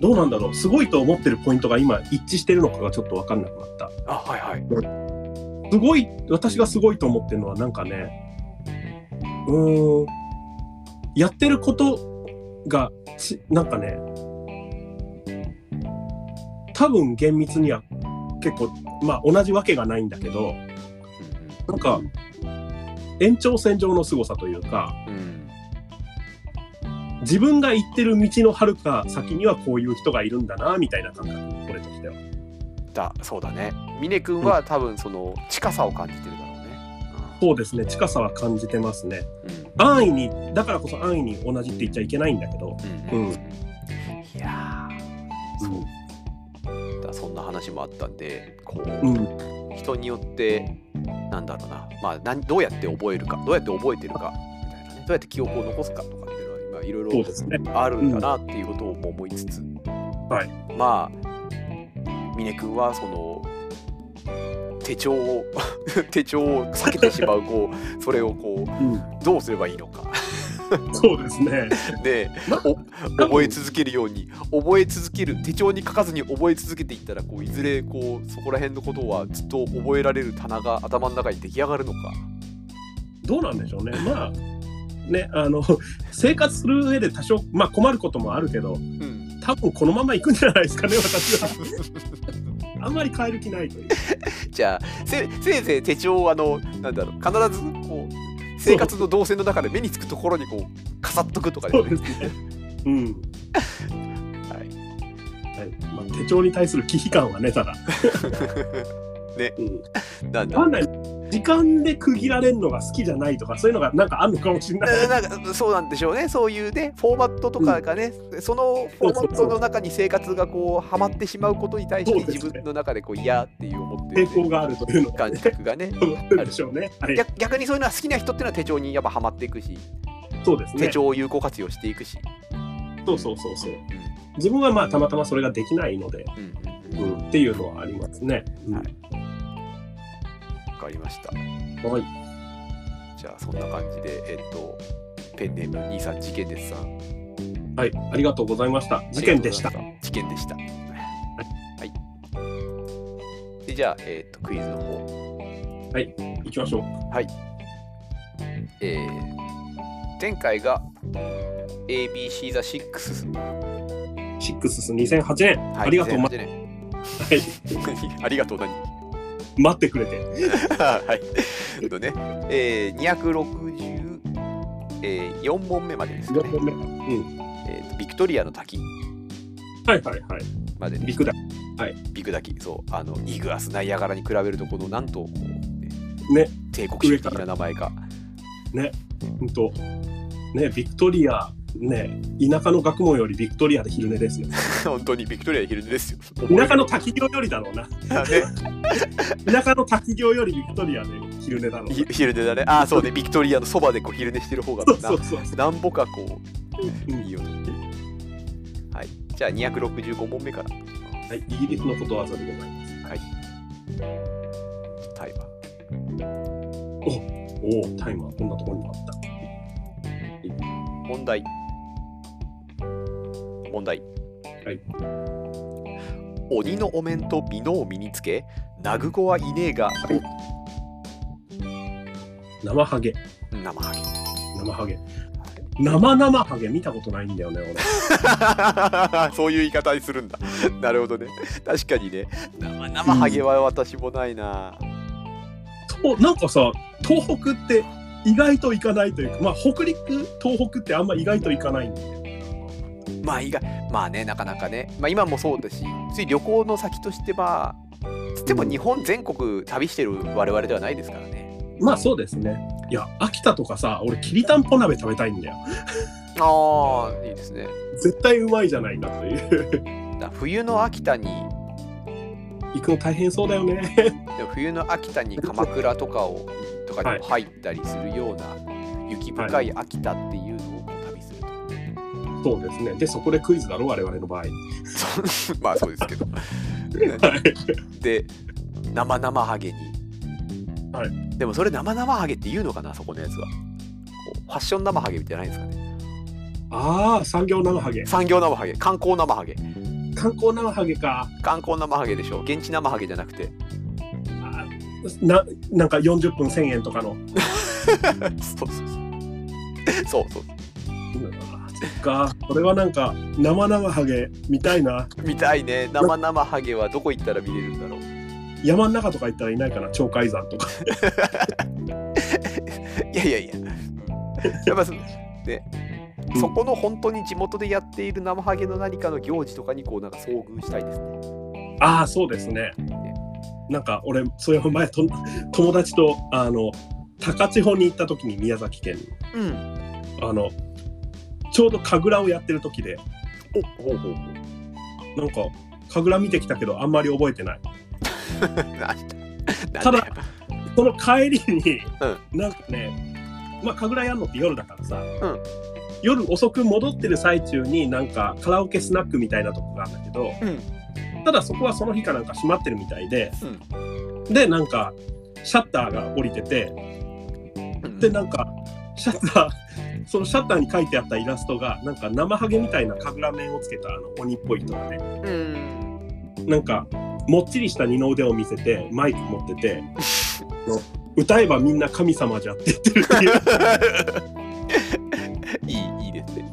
B: どうなんだろう。すごいと思ってるポイントが今一致してるのかがちょっとわかんなくなった。
A: あはいはい。
B: すごい、私がすごいと思ってるのはなんかね、うーん、やってることがち、なんかね、多分厳密には結構、まあ同じわけがないんだけど、なんか、延長線上の凄さというか、
A: うん
B: 自分が行ってる道のはるか先にはこういう人がいるんだな、みたいな感覚、俺としては。
A: だそうだね。峰君は多分その近さを感じてるだろうね。
B: そうですね、近さは感じてますね。
A: うん
B: 安易に、だからこそ安易に同じって言っちゃいけないんだけど、
A: うん
B: うん
A: うんいやーだそんな話もあったんでこう、
B: うん、
A: 人によってなんだろうな、まあ、なんどうやって覚えるかどうやって覚えてるかみたいなねどうやって記憶を残すかとかっていうのは今いろいろ
B: そうですね。
A: あるんだなっていうことをも思いつつ、
B: は
A: まあ峰君はその手帳を 手帳を避けてしまうこうそれをこ
B: う
A: うどうすればいい のか
B: ん、そうですね。
A: で
B: な
A: お 覚え続けるように覚え続ける手帳に書かずに覚え続けていったらこういずれこうそこら辺のことはずっと覚えられる棚が頭の中に出来上がるのか
B: どうなんでしょうね。まあ、ね、あの、生活する上で多少、まあ困ることもあるけど、
A: うん
B: 多分このまま行くんじゃないですかね、私は。あんまり変える気ないという。
A: じゃあせせいぜい手帳をあのなんだろう必ずこう生活の動線の中で目につくところにこう飾っとくとかで
B: そ
A: す
B: うで
A: ね
B: すね。うん。
A: はい
B: はい。まあ、手帳に対する忌避感はね、ただ。
A: ね
B: うん。
A: なんだ
B: わかんない。時間で区切られるのが好きじゃないとか、そういうのがなんかあるのかもしれない。
A: ななんかそうなんでしょうねそういうねフォーマットとかがね、そのフォーマットの中に生活がこうはまってしまうことに対して
B: そうですね
A: 自分の中でこう嫌っていう思ってる
B: 抵
A: ね、
B: 抗があるというのが、
A: 感
B: ね、
A: 覚がね
B: 思ってるでしょうね。はい。
A: 逆逆にそういうのは好きな人っていうのは手帳にやっぱはまっていくし
B: そうですね。
A: 手帳を有効活用していくし、
B: そうそうそうそう。自分はまあ、たまたまそれができないので、
A: うんうんうん
B: うん、っていうのはありますね。うん
A: はいわかりました
B: はい。
A: じゃあそんな感じでえっとペンネーム兄さん事件ですさん
B: はい、ありがとうございました。事件でした。
A: ありがとうございま事件でしたはいでじゃあ、えっとクイズの方
B: 行きましょう。
A: えー前回が ABC ザ6
B: シックスス2008年、
A: はい
B: ありがとう、ま
A: 2008年
B: はい、
A: ありがとう何
B: 待ってくれて。
A: はいえっとね、えー、264、えー4問目までですかね、
B: ごめんうん。
A: えーとビクトリアの滝
B: はいはいはい。
A: まで、ね、
B: 陸だ。
A: ビク滝そうあのイグアスナイアガラに比べるとこのなんとこう、ね
B: ね、
A: 帝国主義的な名 前が
B: ほんと。ね、ビクトリア、ね、田舎の学問よりビクトリアで昼寝ですよ。
A: 本当にビクトリアの昼寝ですよ
B: 田舎の滝行よりだろうな。
A: ね
B: 田舎の滝行よりビクトリアで昼寝だろうな。
A: ひ昼寝だねああそうねビクトリアのそばでこう昼寝してる方が
B: そう
A: な
B: そうそう。
A: なんぼかこう
B: うん
A: いいよねはいじゃあ265問目から
B: はい、イギリスのことわざでございます。
A: タイマー
B: おお、タイマー、こんなところにもあった。
A: 問題問題
B: はい
A: 鬼のお面と美濃を身につけナグゴはいねえが
B: 生ハゲ、
A: 生ハゲ
B: 生ハゲ。生々ハゲ見たことないんだよね、俺。
A: そういう言い方にするんだ。なるほどね。確かにね。生生ハゲは私もないな。
B: となんかさ、東北って意外と行かないというか、まあ北陸、東北ってあんま意外と行かないんだよね。
A: まあ意外、まあね、なかなかね。まあ今もそうだし、つい旅行の先としては、つっても日本全国旅してる我々ではないですからね。
B: まあそうですね。いや、秋田とかさ、俺、きりたんぽ鍋食べたいんだよ。
A: ああ、いいですね。
B: 絶対うまいじゃないかという。
A: だ冬の秋田に、
B: 行くの大変そうだよね。
A: でも冬の秋田に鎌倉とかをとかにも入ったりするような雪深い秋田っていうのを旅すると、
B: そうですね。で、そこでクイズだろ、我々の場合。
A: そう まあそうですけどで生々ハゲに、
B: は
A: でもそれ生々ハゲって言うのかなそこのやつはこうファッション生ハゲみたいじゃないんですかね
B: ああ、産業生ハゲ。
A: 産業生ハゲ観光生ハゲ
B: 観光生ハゲか。
A: 観光生ハゲでしょ現地生ハゲじゃなくて
B: あーななんか40分1000円とかの。
A: そうそうそうそうそう
B: うわそっか。これはなんか、生々ハゲ見たいな。
A: 見たいね生々ハゲはどこ行ったら見れるんだろう
B: 山の中とか行ったらいないかな、鳥海山とか。
A: いやいやいや。やっぱそで、
B: うん
A: そこの本当に地元でやっている生ハゲの何かの行事とかにこうなんか遭遇したいですね。
B: ああ、そうですね。なんか俺、そういう前と、友達と、あの、高千穂に行った時に宮崎県
A: うん。
B: の、あの、ちょうど神楽をやってる時で、
A: おほうほうほう。
B: なんか、神楽見てきたけど、あんまり覚えてない。
A: なんだ
B: ただ、その帰りに、
A: う
B: なんかね、まあ、神楽やんのって夜だからさ、
A: ん
B: 夜遅く戻ってる最中に、なんか、カラオケスナックみたいなとこがあるんだけど、
A: うん。
B: ただそこはその日かなんか閉まってるみたいで、
A: うん
B: でなんかシャッターが降りてて
A: うん
B: でなんかシャッターそのシャッターに書いてあったイラストがなんか生ハゲみたいな神楽面をつけたあの鬼っぽい人がね
A: うん。
B: なんかもっちりした二の腕を見せてマイク持っててあの歌えばみんな神様じゃって言ってるっていう
A: いい、いいですね。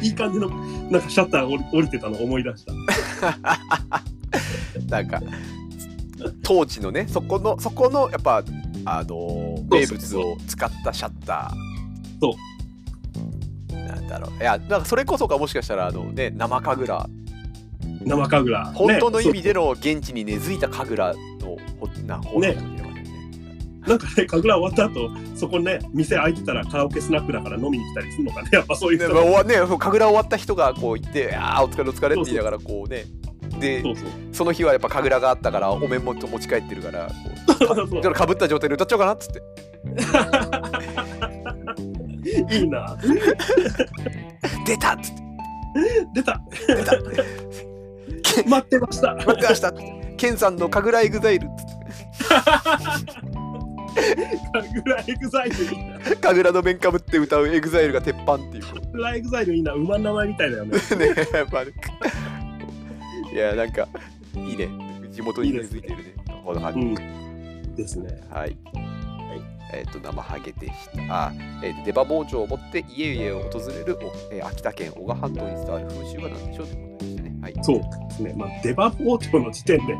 B: いい感じのなんかシャッターが降り降りてたのを思い出した
A: なんか、当時のね、そこの、そこの、やっぱ、あのー、名物を使ったシャッター。。
B: そう
A: なんだろう。いや、なんかそれこそがもしかしたら、あのね、生神楽
B: 生神楽、ね、
A: 本当の意味での現地に根付いた神楽のほな方なのかもしれませんね。
B: そうなんかね神楽終わった後そこね店開いてたらカラオケスナックだから飲みに来たりするのかねやっぱそういう
A: ね
B: 人
A: まあ終わね神楽終わった人がこう行って「ああお疲れお疲れ」って言いながらこうねで
B: そうそう
A: その日はやっぱ神楽があったからお面も持ち帰ってるからこう
B: そう
A: かぶった状態で歌っちゃおうかなっつって
B: いいな。
A: 「出た!」っつって
B: 出た。
A: 「出た!」
B: 待ってました。
A: 待ってました」っつって「ケンさんの神楽エグザイル」っつっ
B: ぐらいエグザイルいいな。
A: て神楽の面かぶって歌うエグザイルが鉄 板っていうこ
B: ぐらいエグザイルいいな。馬の名前みたいだよね。
A: うねやっぱねいやなんかいいね地元に根付いてるねこの
B: う
A: 感
B: ん
A: じ。
B: ですね。
A: はい。えっ、と、生ハゲでした。あ、えー、と出刃包丁を持って家々を訪れる、おえー秋田県男鹿半島に伝わる風習は何でしょうということでしたね。はい。
B: そうですね。まあ、デバ包丁の時点で。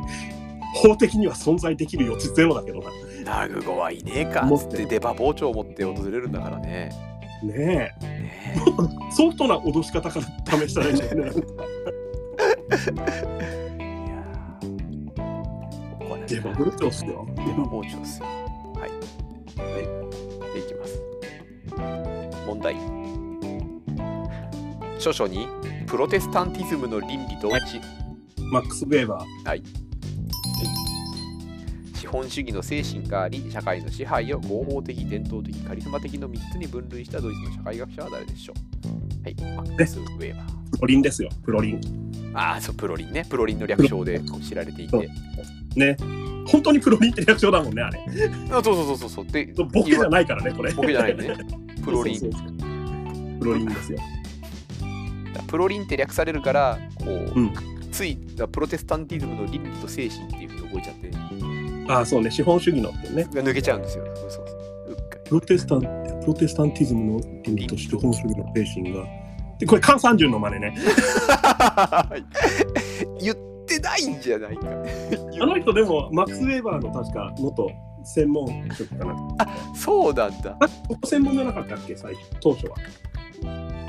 B: 法的には存在できる余地ゼロだけどな。
A: ナグゴはいねえか
B: 持
A: っつ
B: っ
A: ってて出刃包丁を持って訪れるんだからね。
B: ね
A: ね
B: え。ソフトな脅し方から試したらいいんだよね。
A: え。いやーここはね
B: デバ包丁っすよ。
A: 出刃包丁っすよ。はい。で、いきます。問題。著書にプロテスタンティズムの倫理とち
B: マックス・ウェーバー。
A: 資本主義の精神があり社会の支配を合法的伝統的カリスマ的の3つに分類したドイツの社会学者は誰でしょうはいマックス・ウェーバ
B: プ
A: ー
B: ロリンですよ。プロリン。
A: ああそうプロリンねプロリンの略称で知られてい
B: そう
A: て
B: ね。本当にプロリンって略称だもんね、あれ。
A: あそうそうそうそうそうで
B: ボケじゃ
A: い
B: ないからね、これ。
A: ボケじゃない んでねプロリン
B: そうそうそう。プロリンですよ。
A: プロリンって略されるからこう、
B: うん
A: ついプロテスタンティズムの倫理と精神っていうふうに覚えちゃって
B: ああ、そうね。資本主義のってね。
A: 抜けちゃうんですよそうそうそううっかり
B: プロテスタン、プロテスタンティズムの倫理として本主義の精神が。で、これ、カン三十の真似ね。
A: 言ってないんじゃないか。
B: あの人、でも、マックス・ウェーバーの確か元専門職かな。
A: そうなんだ。
B: あ、ここ専門じゃなかったっけ、最初、当初は。
A: ウ
B: 当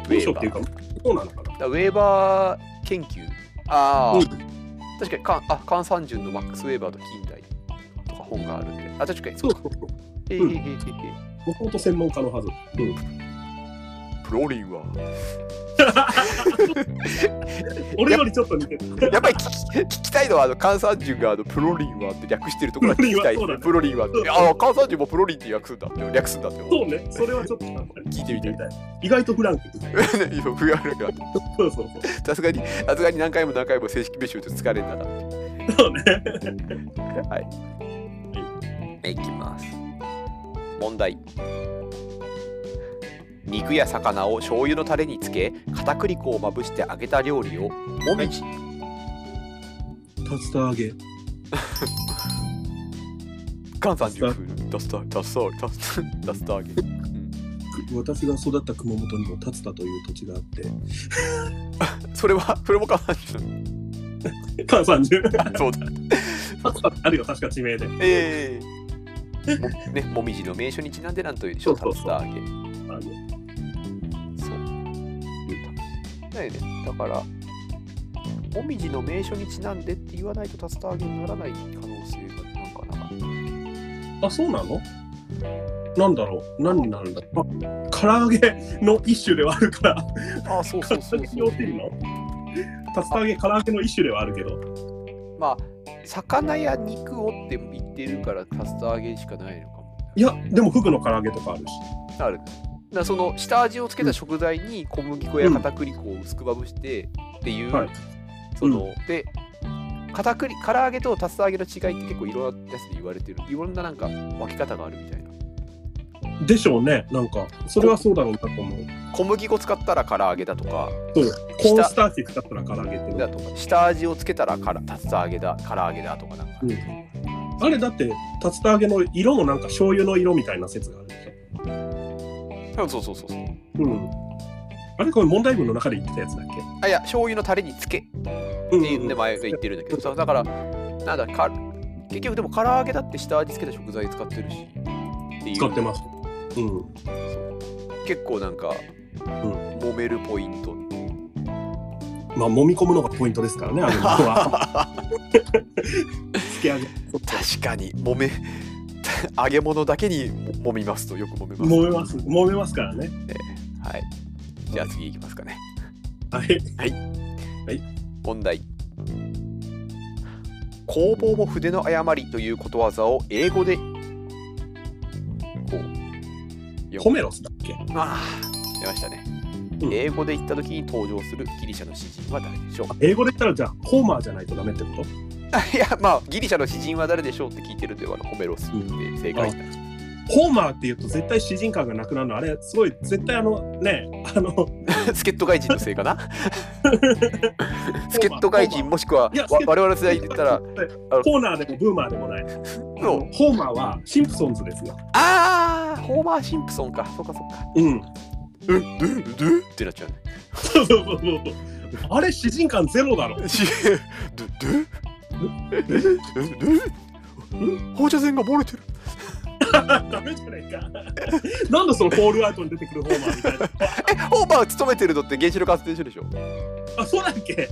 A: ェ
B: 初
A: ー
B: っ
A: バ
B: ていう
A: ー。
B: か、そうなのかな。
A: だウェーバー研究。ああ、
B: うん
A: 確かにカン、あ、カン三十のマックス・ウェーバーと近代とか本があるんで。あ、確かに。
B: そうそうそう。
A: え
B: うん
A: へへへへ
B: もともと専門家のはず。うん。
A: プロリンは。
B: 俺よりちょっと似てる。
A: やっぱり聞き聞きたいのはあの関三十があのプロリンはって略してるところは聞きたいですね。プ
B: プ
A: ロリンはっ
B: そう
A: て。
B: だ
A: ああ、関三十もプロリンって略すんだって。略すんだって。
B: そうね、それはちょっと考え
A: 聞いてみて
B: てみたい。意外とフランクですね。
A: 今不安が
B: そうそう
A: さすがにさすがに何回も何回も正式名称で疲れたな。
B: そう。そうね。
A: いきます。問題。肉や魚を醤油のタレにつけ片栗粉をまぶして揚げた料理をもみじ
B: 竜田揚げ。
A: 関三十風ダスタダスタダスタダスタ揚げ
B: 私が育った熊本にも竜田という土地があって。
A: それはそれも関三十
B: 関三十。竜
A: だそうだ
B: 田ってあるよ、確か地名で。
A: ええもね、もみじの名所にちなんでなんというでしょう、
B: そうそうそう
A: 竜田揚げ。
B: あの
A: そう。だよね、だから、もみじの名所にちなんでって言わないと竜田揚げにならない可能性がなんかなかった。
B: あ、そうなのなんだろう何になるんだろうあ唐揚げの一種ではあるから、
A: あ あ、そうそうそうそ
B: 要
A: う
B: す。るの竜田揚げ、唐揚げの一種ではあるけど。
A: まあ、魚や肉をって言ってるから竜田揚げしかないのかも。
B: いや、でもフグの唐揚げとかあるし。
A: ある。だからその下味をつけた食材に小麦粉や片栗粉を薄くまぶしてっていう、
B: はい
A: その、で片栗唐揚げと竜田揚げの違いって結構いろんなやつで言われてるいろんななんか分け方があるみたいな
B: でしょうね、なんか。それはそうだろうなと思う。
A: 小麦粉使ったら唐揚げだとか
B: そうコーンスターチ使ったら唐揚げって
A: だとか下味をつけたらから竜田揚げだ唐揚げだとかなんか、
B: あれだって竜田揚げの色もなんか醤油の色みたいな説があるでし
A: そうそうそうそう
B: ょうんあれこれ問題文の中で言ってたやつだっ
A: あいや醤油のタレにつけ
B: け
A: っていうので前が言ってるんだけどさだからなんだか結局でも唐揚げだって下味つけた食材使ってるしっていう
B: 使ってますうん
A: 結構なんか、揉めるポイント
B: まあ揉み込むのがポイントですからねあの人は つけ揚げ
A: 確かに揉め 揚げ物だけにも揉みますとよく揉めます
B: 揉めます揉めますからね
A: はいじゃあ次いきますかね
B: はい
A: 問題工房も筆の誤りということわざを英語でこう
B: ホメロスだっけ
A: あー出ましたね、
B: うん
A: 英語で言った時に登場するギリシャの詩人は誰でしょう
B: 英語で言ったらじゃあホーマーじゃないとダメってこと
A: あいやまあギリシャの詩人は誰でしょうって聞いてるではホメロスで正解した、
B: ホーマーって言うと絶対詩人感がなくなるのあれすごい絶対あのねあの
A: 助っ人外人のせいかな助っ人外人もしくはい
B: や
A: わ我々の世代で言ったらの
B: コーナーでもブーマーでもない
A: そう
B: ホーマーはシンプソンズですよ。
A: あーホーマー・シンプソンかそうかそうか
B: うん。
A: えええってなっちゃうね
B: そうそうそうそう。あれ、詩人感ゼロだろ。
A: しどどど放射線が漏れてる
B: ダメじゃないか。なんでそのホールアウトに出てくるホーマーみたいな。
A: えホーマー勤めてるのって原子力発電所でしょ
B: あ、そうだっけ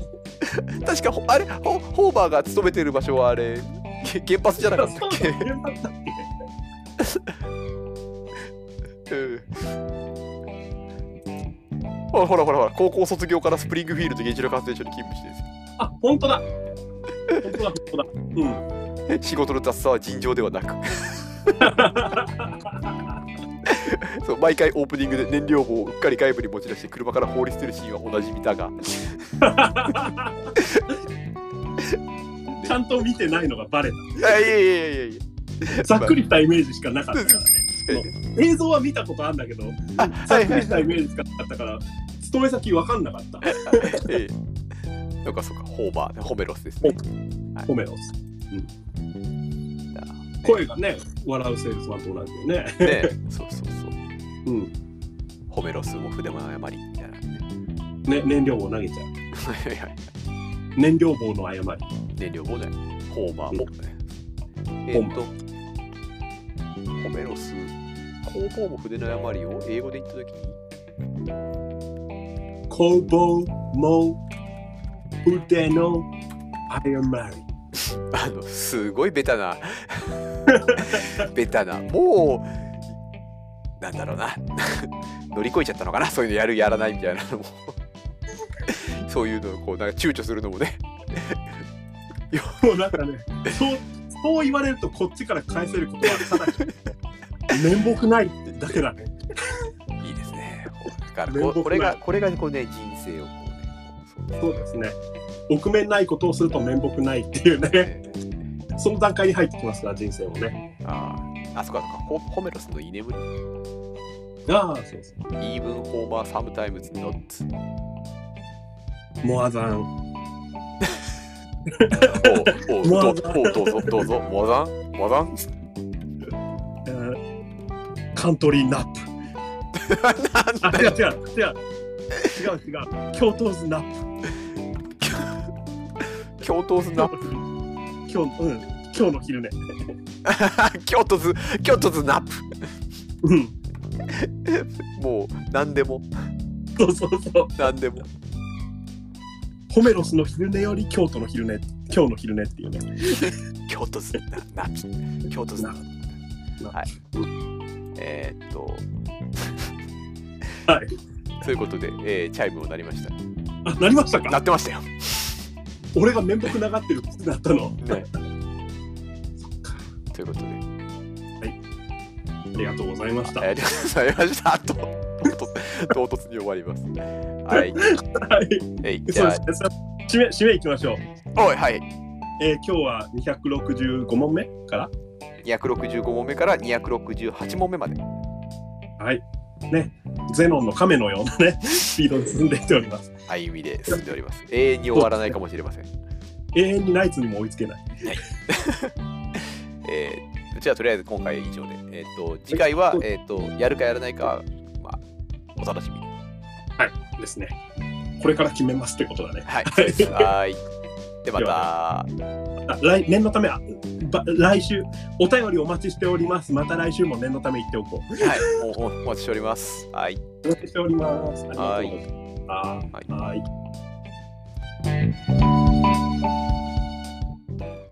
A: 確かほあれホホーマーが勤めてる場所はあれげ原発じゃなかったっ
B: そうだ原発だっ
A: け、うん、ほらほらほらほら高校卒業からスプリングフィールド原子力発電所に勤務してるんですよ
B: あ、本当だ。本当だ、本当だ。うん。
A: 仕事の雑さは尋常ではなくそう毎回オープニングで燃料棒をうっかり外部に持ち出して車から放り捨てるシーンはおなじみだが
B: ちゃんと見てないのがバレ
A: いやいやいやいやいや
B: た。ざっくりしたイメージしかなかったからね。映像は見たことあるんだけど、ざ
A: は
B: っ
A: い
B: く
A: は
B: り
A: い
B: したイメージしかなかったから、勤め先わかんなかった。
A: ええそうかそうかホーバーホメロスですね
B: ホメロス。
A: じゃあ
B: 声がね、笑うセールスマンと同じでね。
A: ねそうそうそう
B: うん。
A: 褒めろすも筆も誤りみたいな
B: ね、
A: ね
B: 燃料棒投げちゃう。
A: いやいや
B: 燃料棒の誤り。
A: 燃料棒だよホーマーもえ
B: ホー
A: ー
B: マ
A: っとホメロス工房も筆の誤りを英語で言った時に
B: 工房も腕の誤り。
A: あのすごいベ タなベタなもうなんだろうな 乗り越えちゃったのかなそういうのやるやらないみたいなのも そういうのをこうなんか躊躇するのもね
B: もうなんかね、そう、そう言われるとこっちから返せることはただ一つ、面目ないってだけだね。
A: いいですねだから
B: 面目ない
A: ここれがこれがこうね人生をこうねこう
B: そうですね。臆面ないことをすると面目ないっていうね、
A: ね
B: その段階に入ってきますから、人生もね。
A: あーあそこはそっかホホメロスの居眠り
B: ああ、そうそう。
A: Even Homer sometimes not
B: モアザン。
A: おうおうどうおうどうぞどうぞモザンモ ザン
B: えーカントリーナップ。あ、違う違う違う。違う違う。京都ズナップ。
A: 京都図ナップ
B: 今日、うん、今日の昼寝。
A: 京都図京都図ナップ
B: うん、
A: もう何でも
B: そうそうそう。
A: 何でも
B: ホメロスの昼寝より京都の昼寝、今日の昼寝っていうね。
A: 京都図なな京都図な
B: な
A: はいえー、っと
B: はい。
A: ということで、えーチャイムを鳴りました
B: あ、なりました
A: 鳴
B: か
A: ってましたよ、ね、
B: 俺が面目ながってる靴だった の。
A: ということで
B: ありがとうございました。
A: ありがとうございましたと唐突唐突に終わりますはい
B: はい。
A: え いじ
B: そう
A: ゃ
B: で
A: あ
B: すね。さ締め、締めいきましょう。
A: おいはい
B: えー今日は265問目から。
A: 265問目から268問目まで
B: はい。ね。ゼノンの亀のようなね、 スピードで進んでいっております。
A: 歩みで進んでおります永遠に終わらないかもしれません
B: 永遠にナイツにも追いつけない。
A: えー、じゃあとりあえず今回以上で、えー、と次回は
B: は、い
A: えー、とやるかやらないかは、まあ、お楽しみに。
B: ですね。これから決めますってことだね。
A: はい。そうですはーい。で、 また。
B: あ来念のためあば来週お便りお待ちしておりますまた来週も念のため言っておこ
A: はい。おおお待ちしております。はい。
B: うお待ちしておりますありがとうございます
A: はい
B: はーい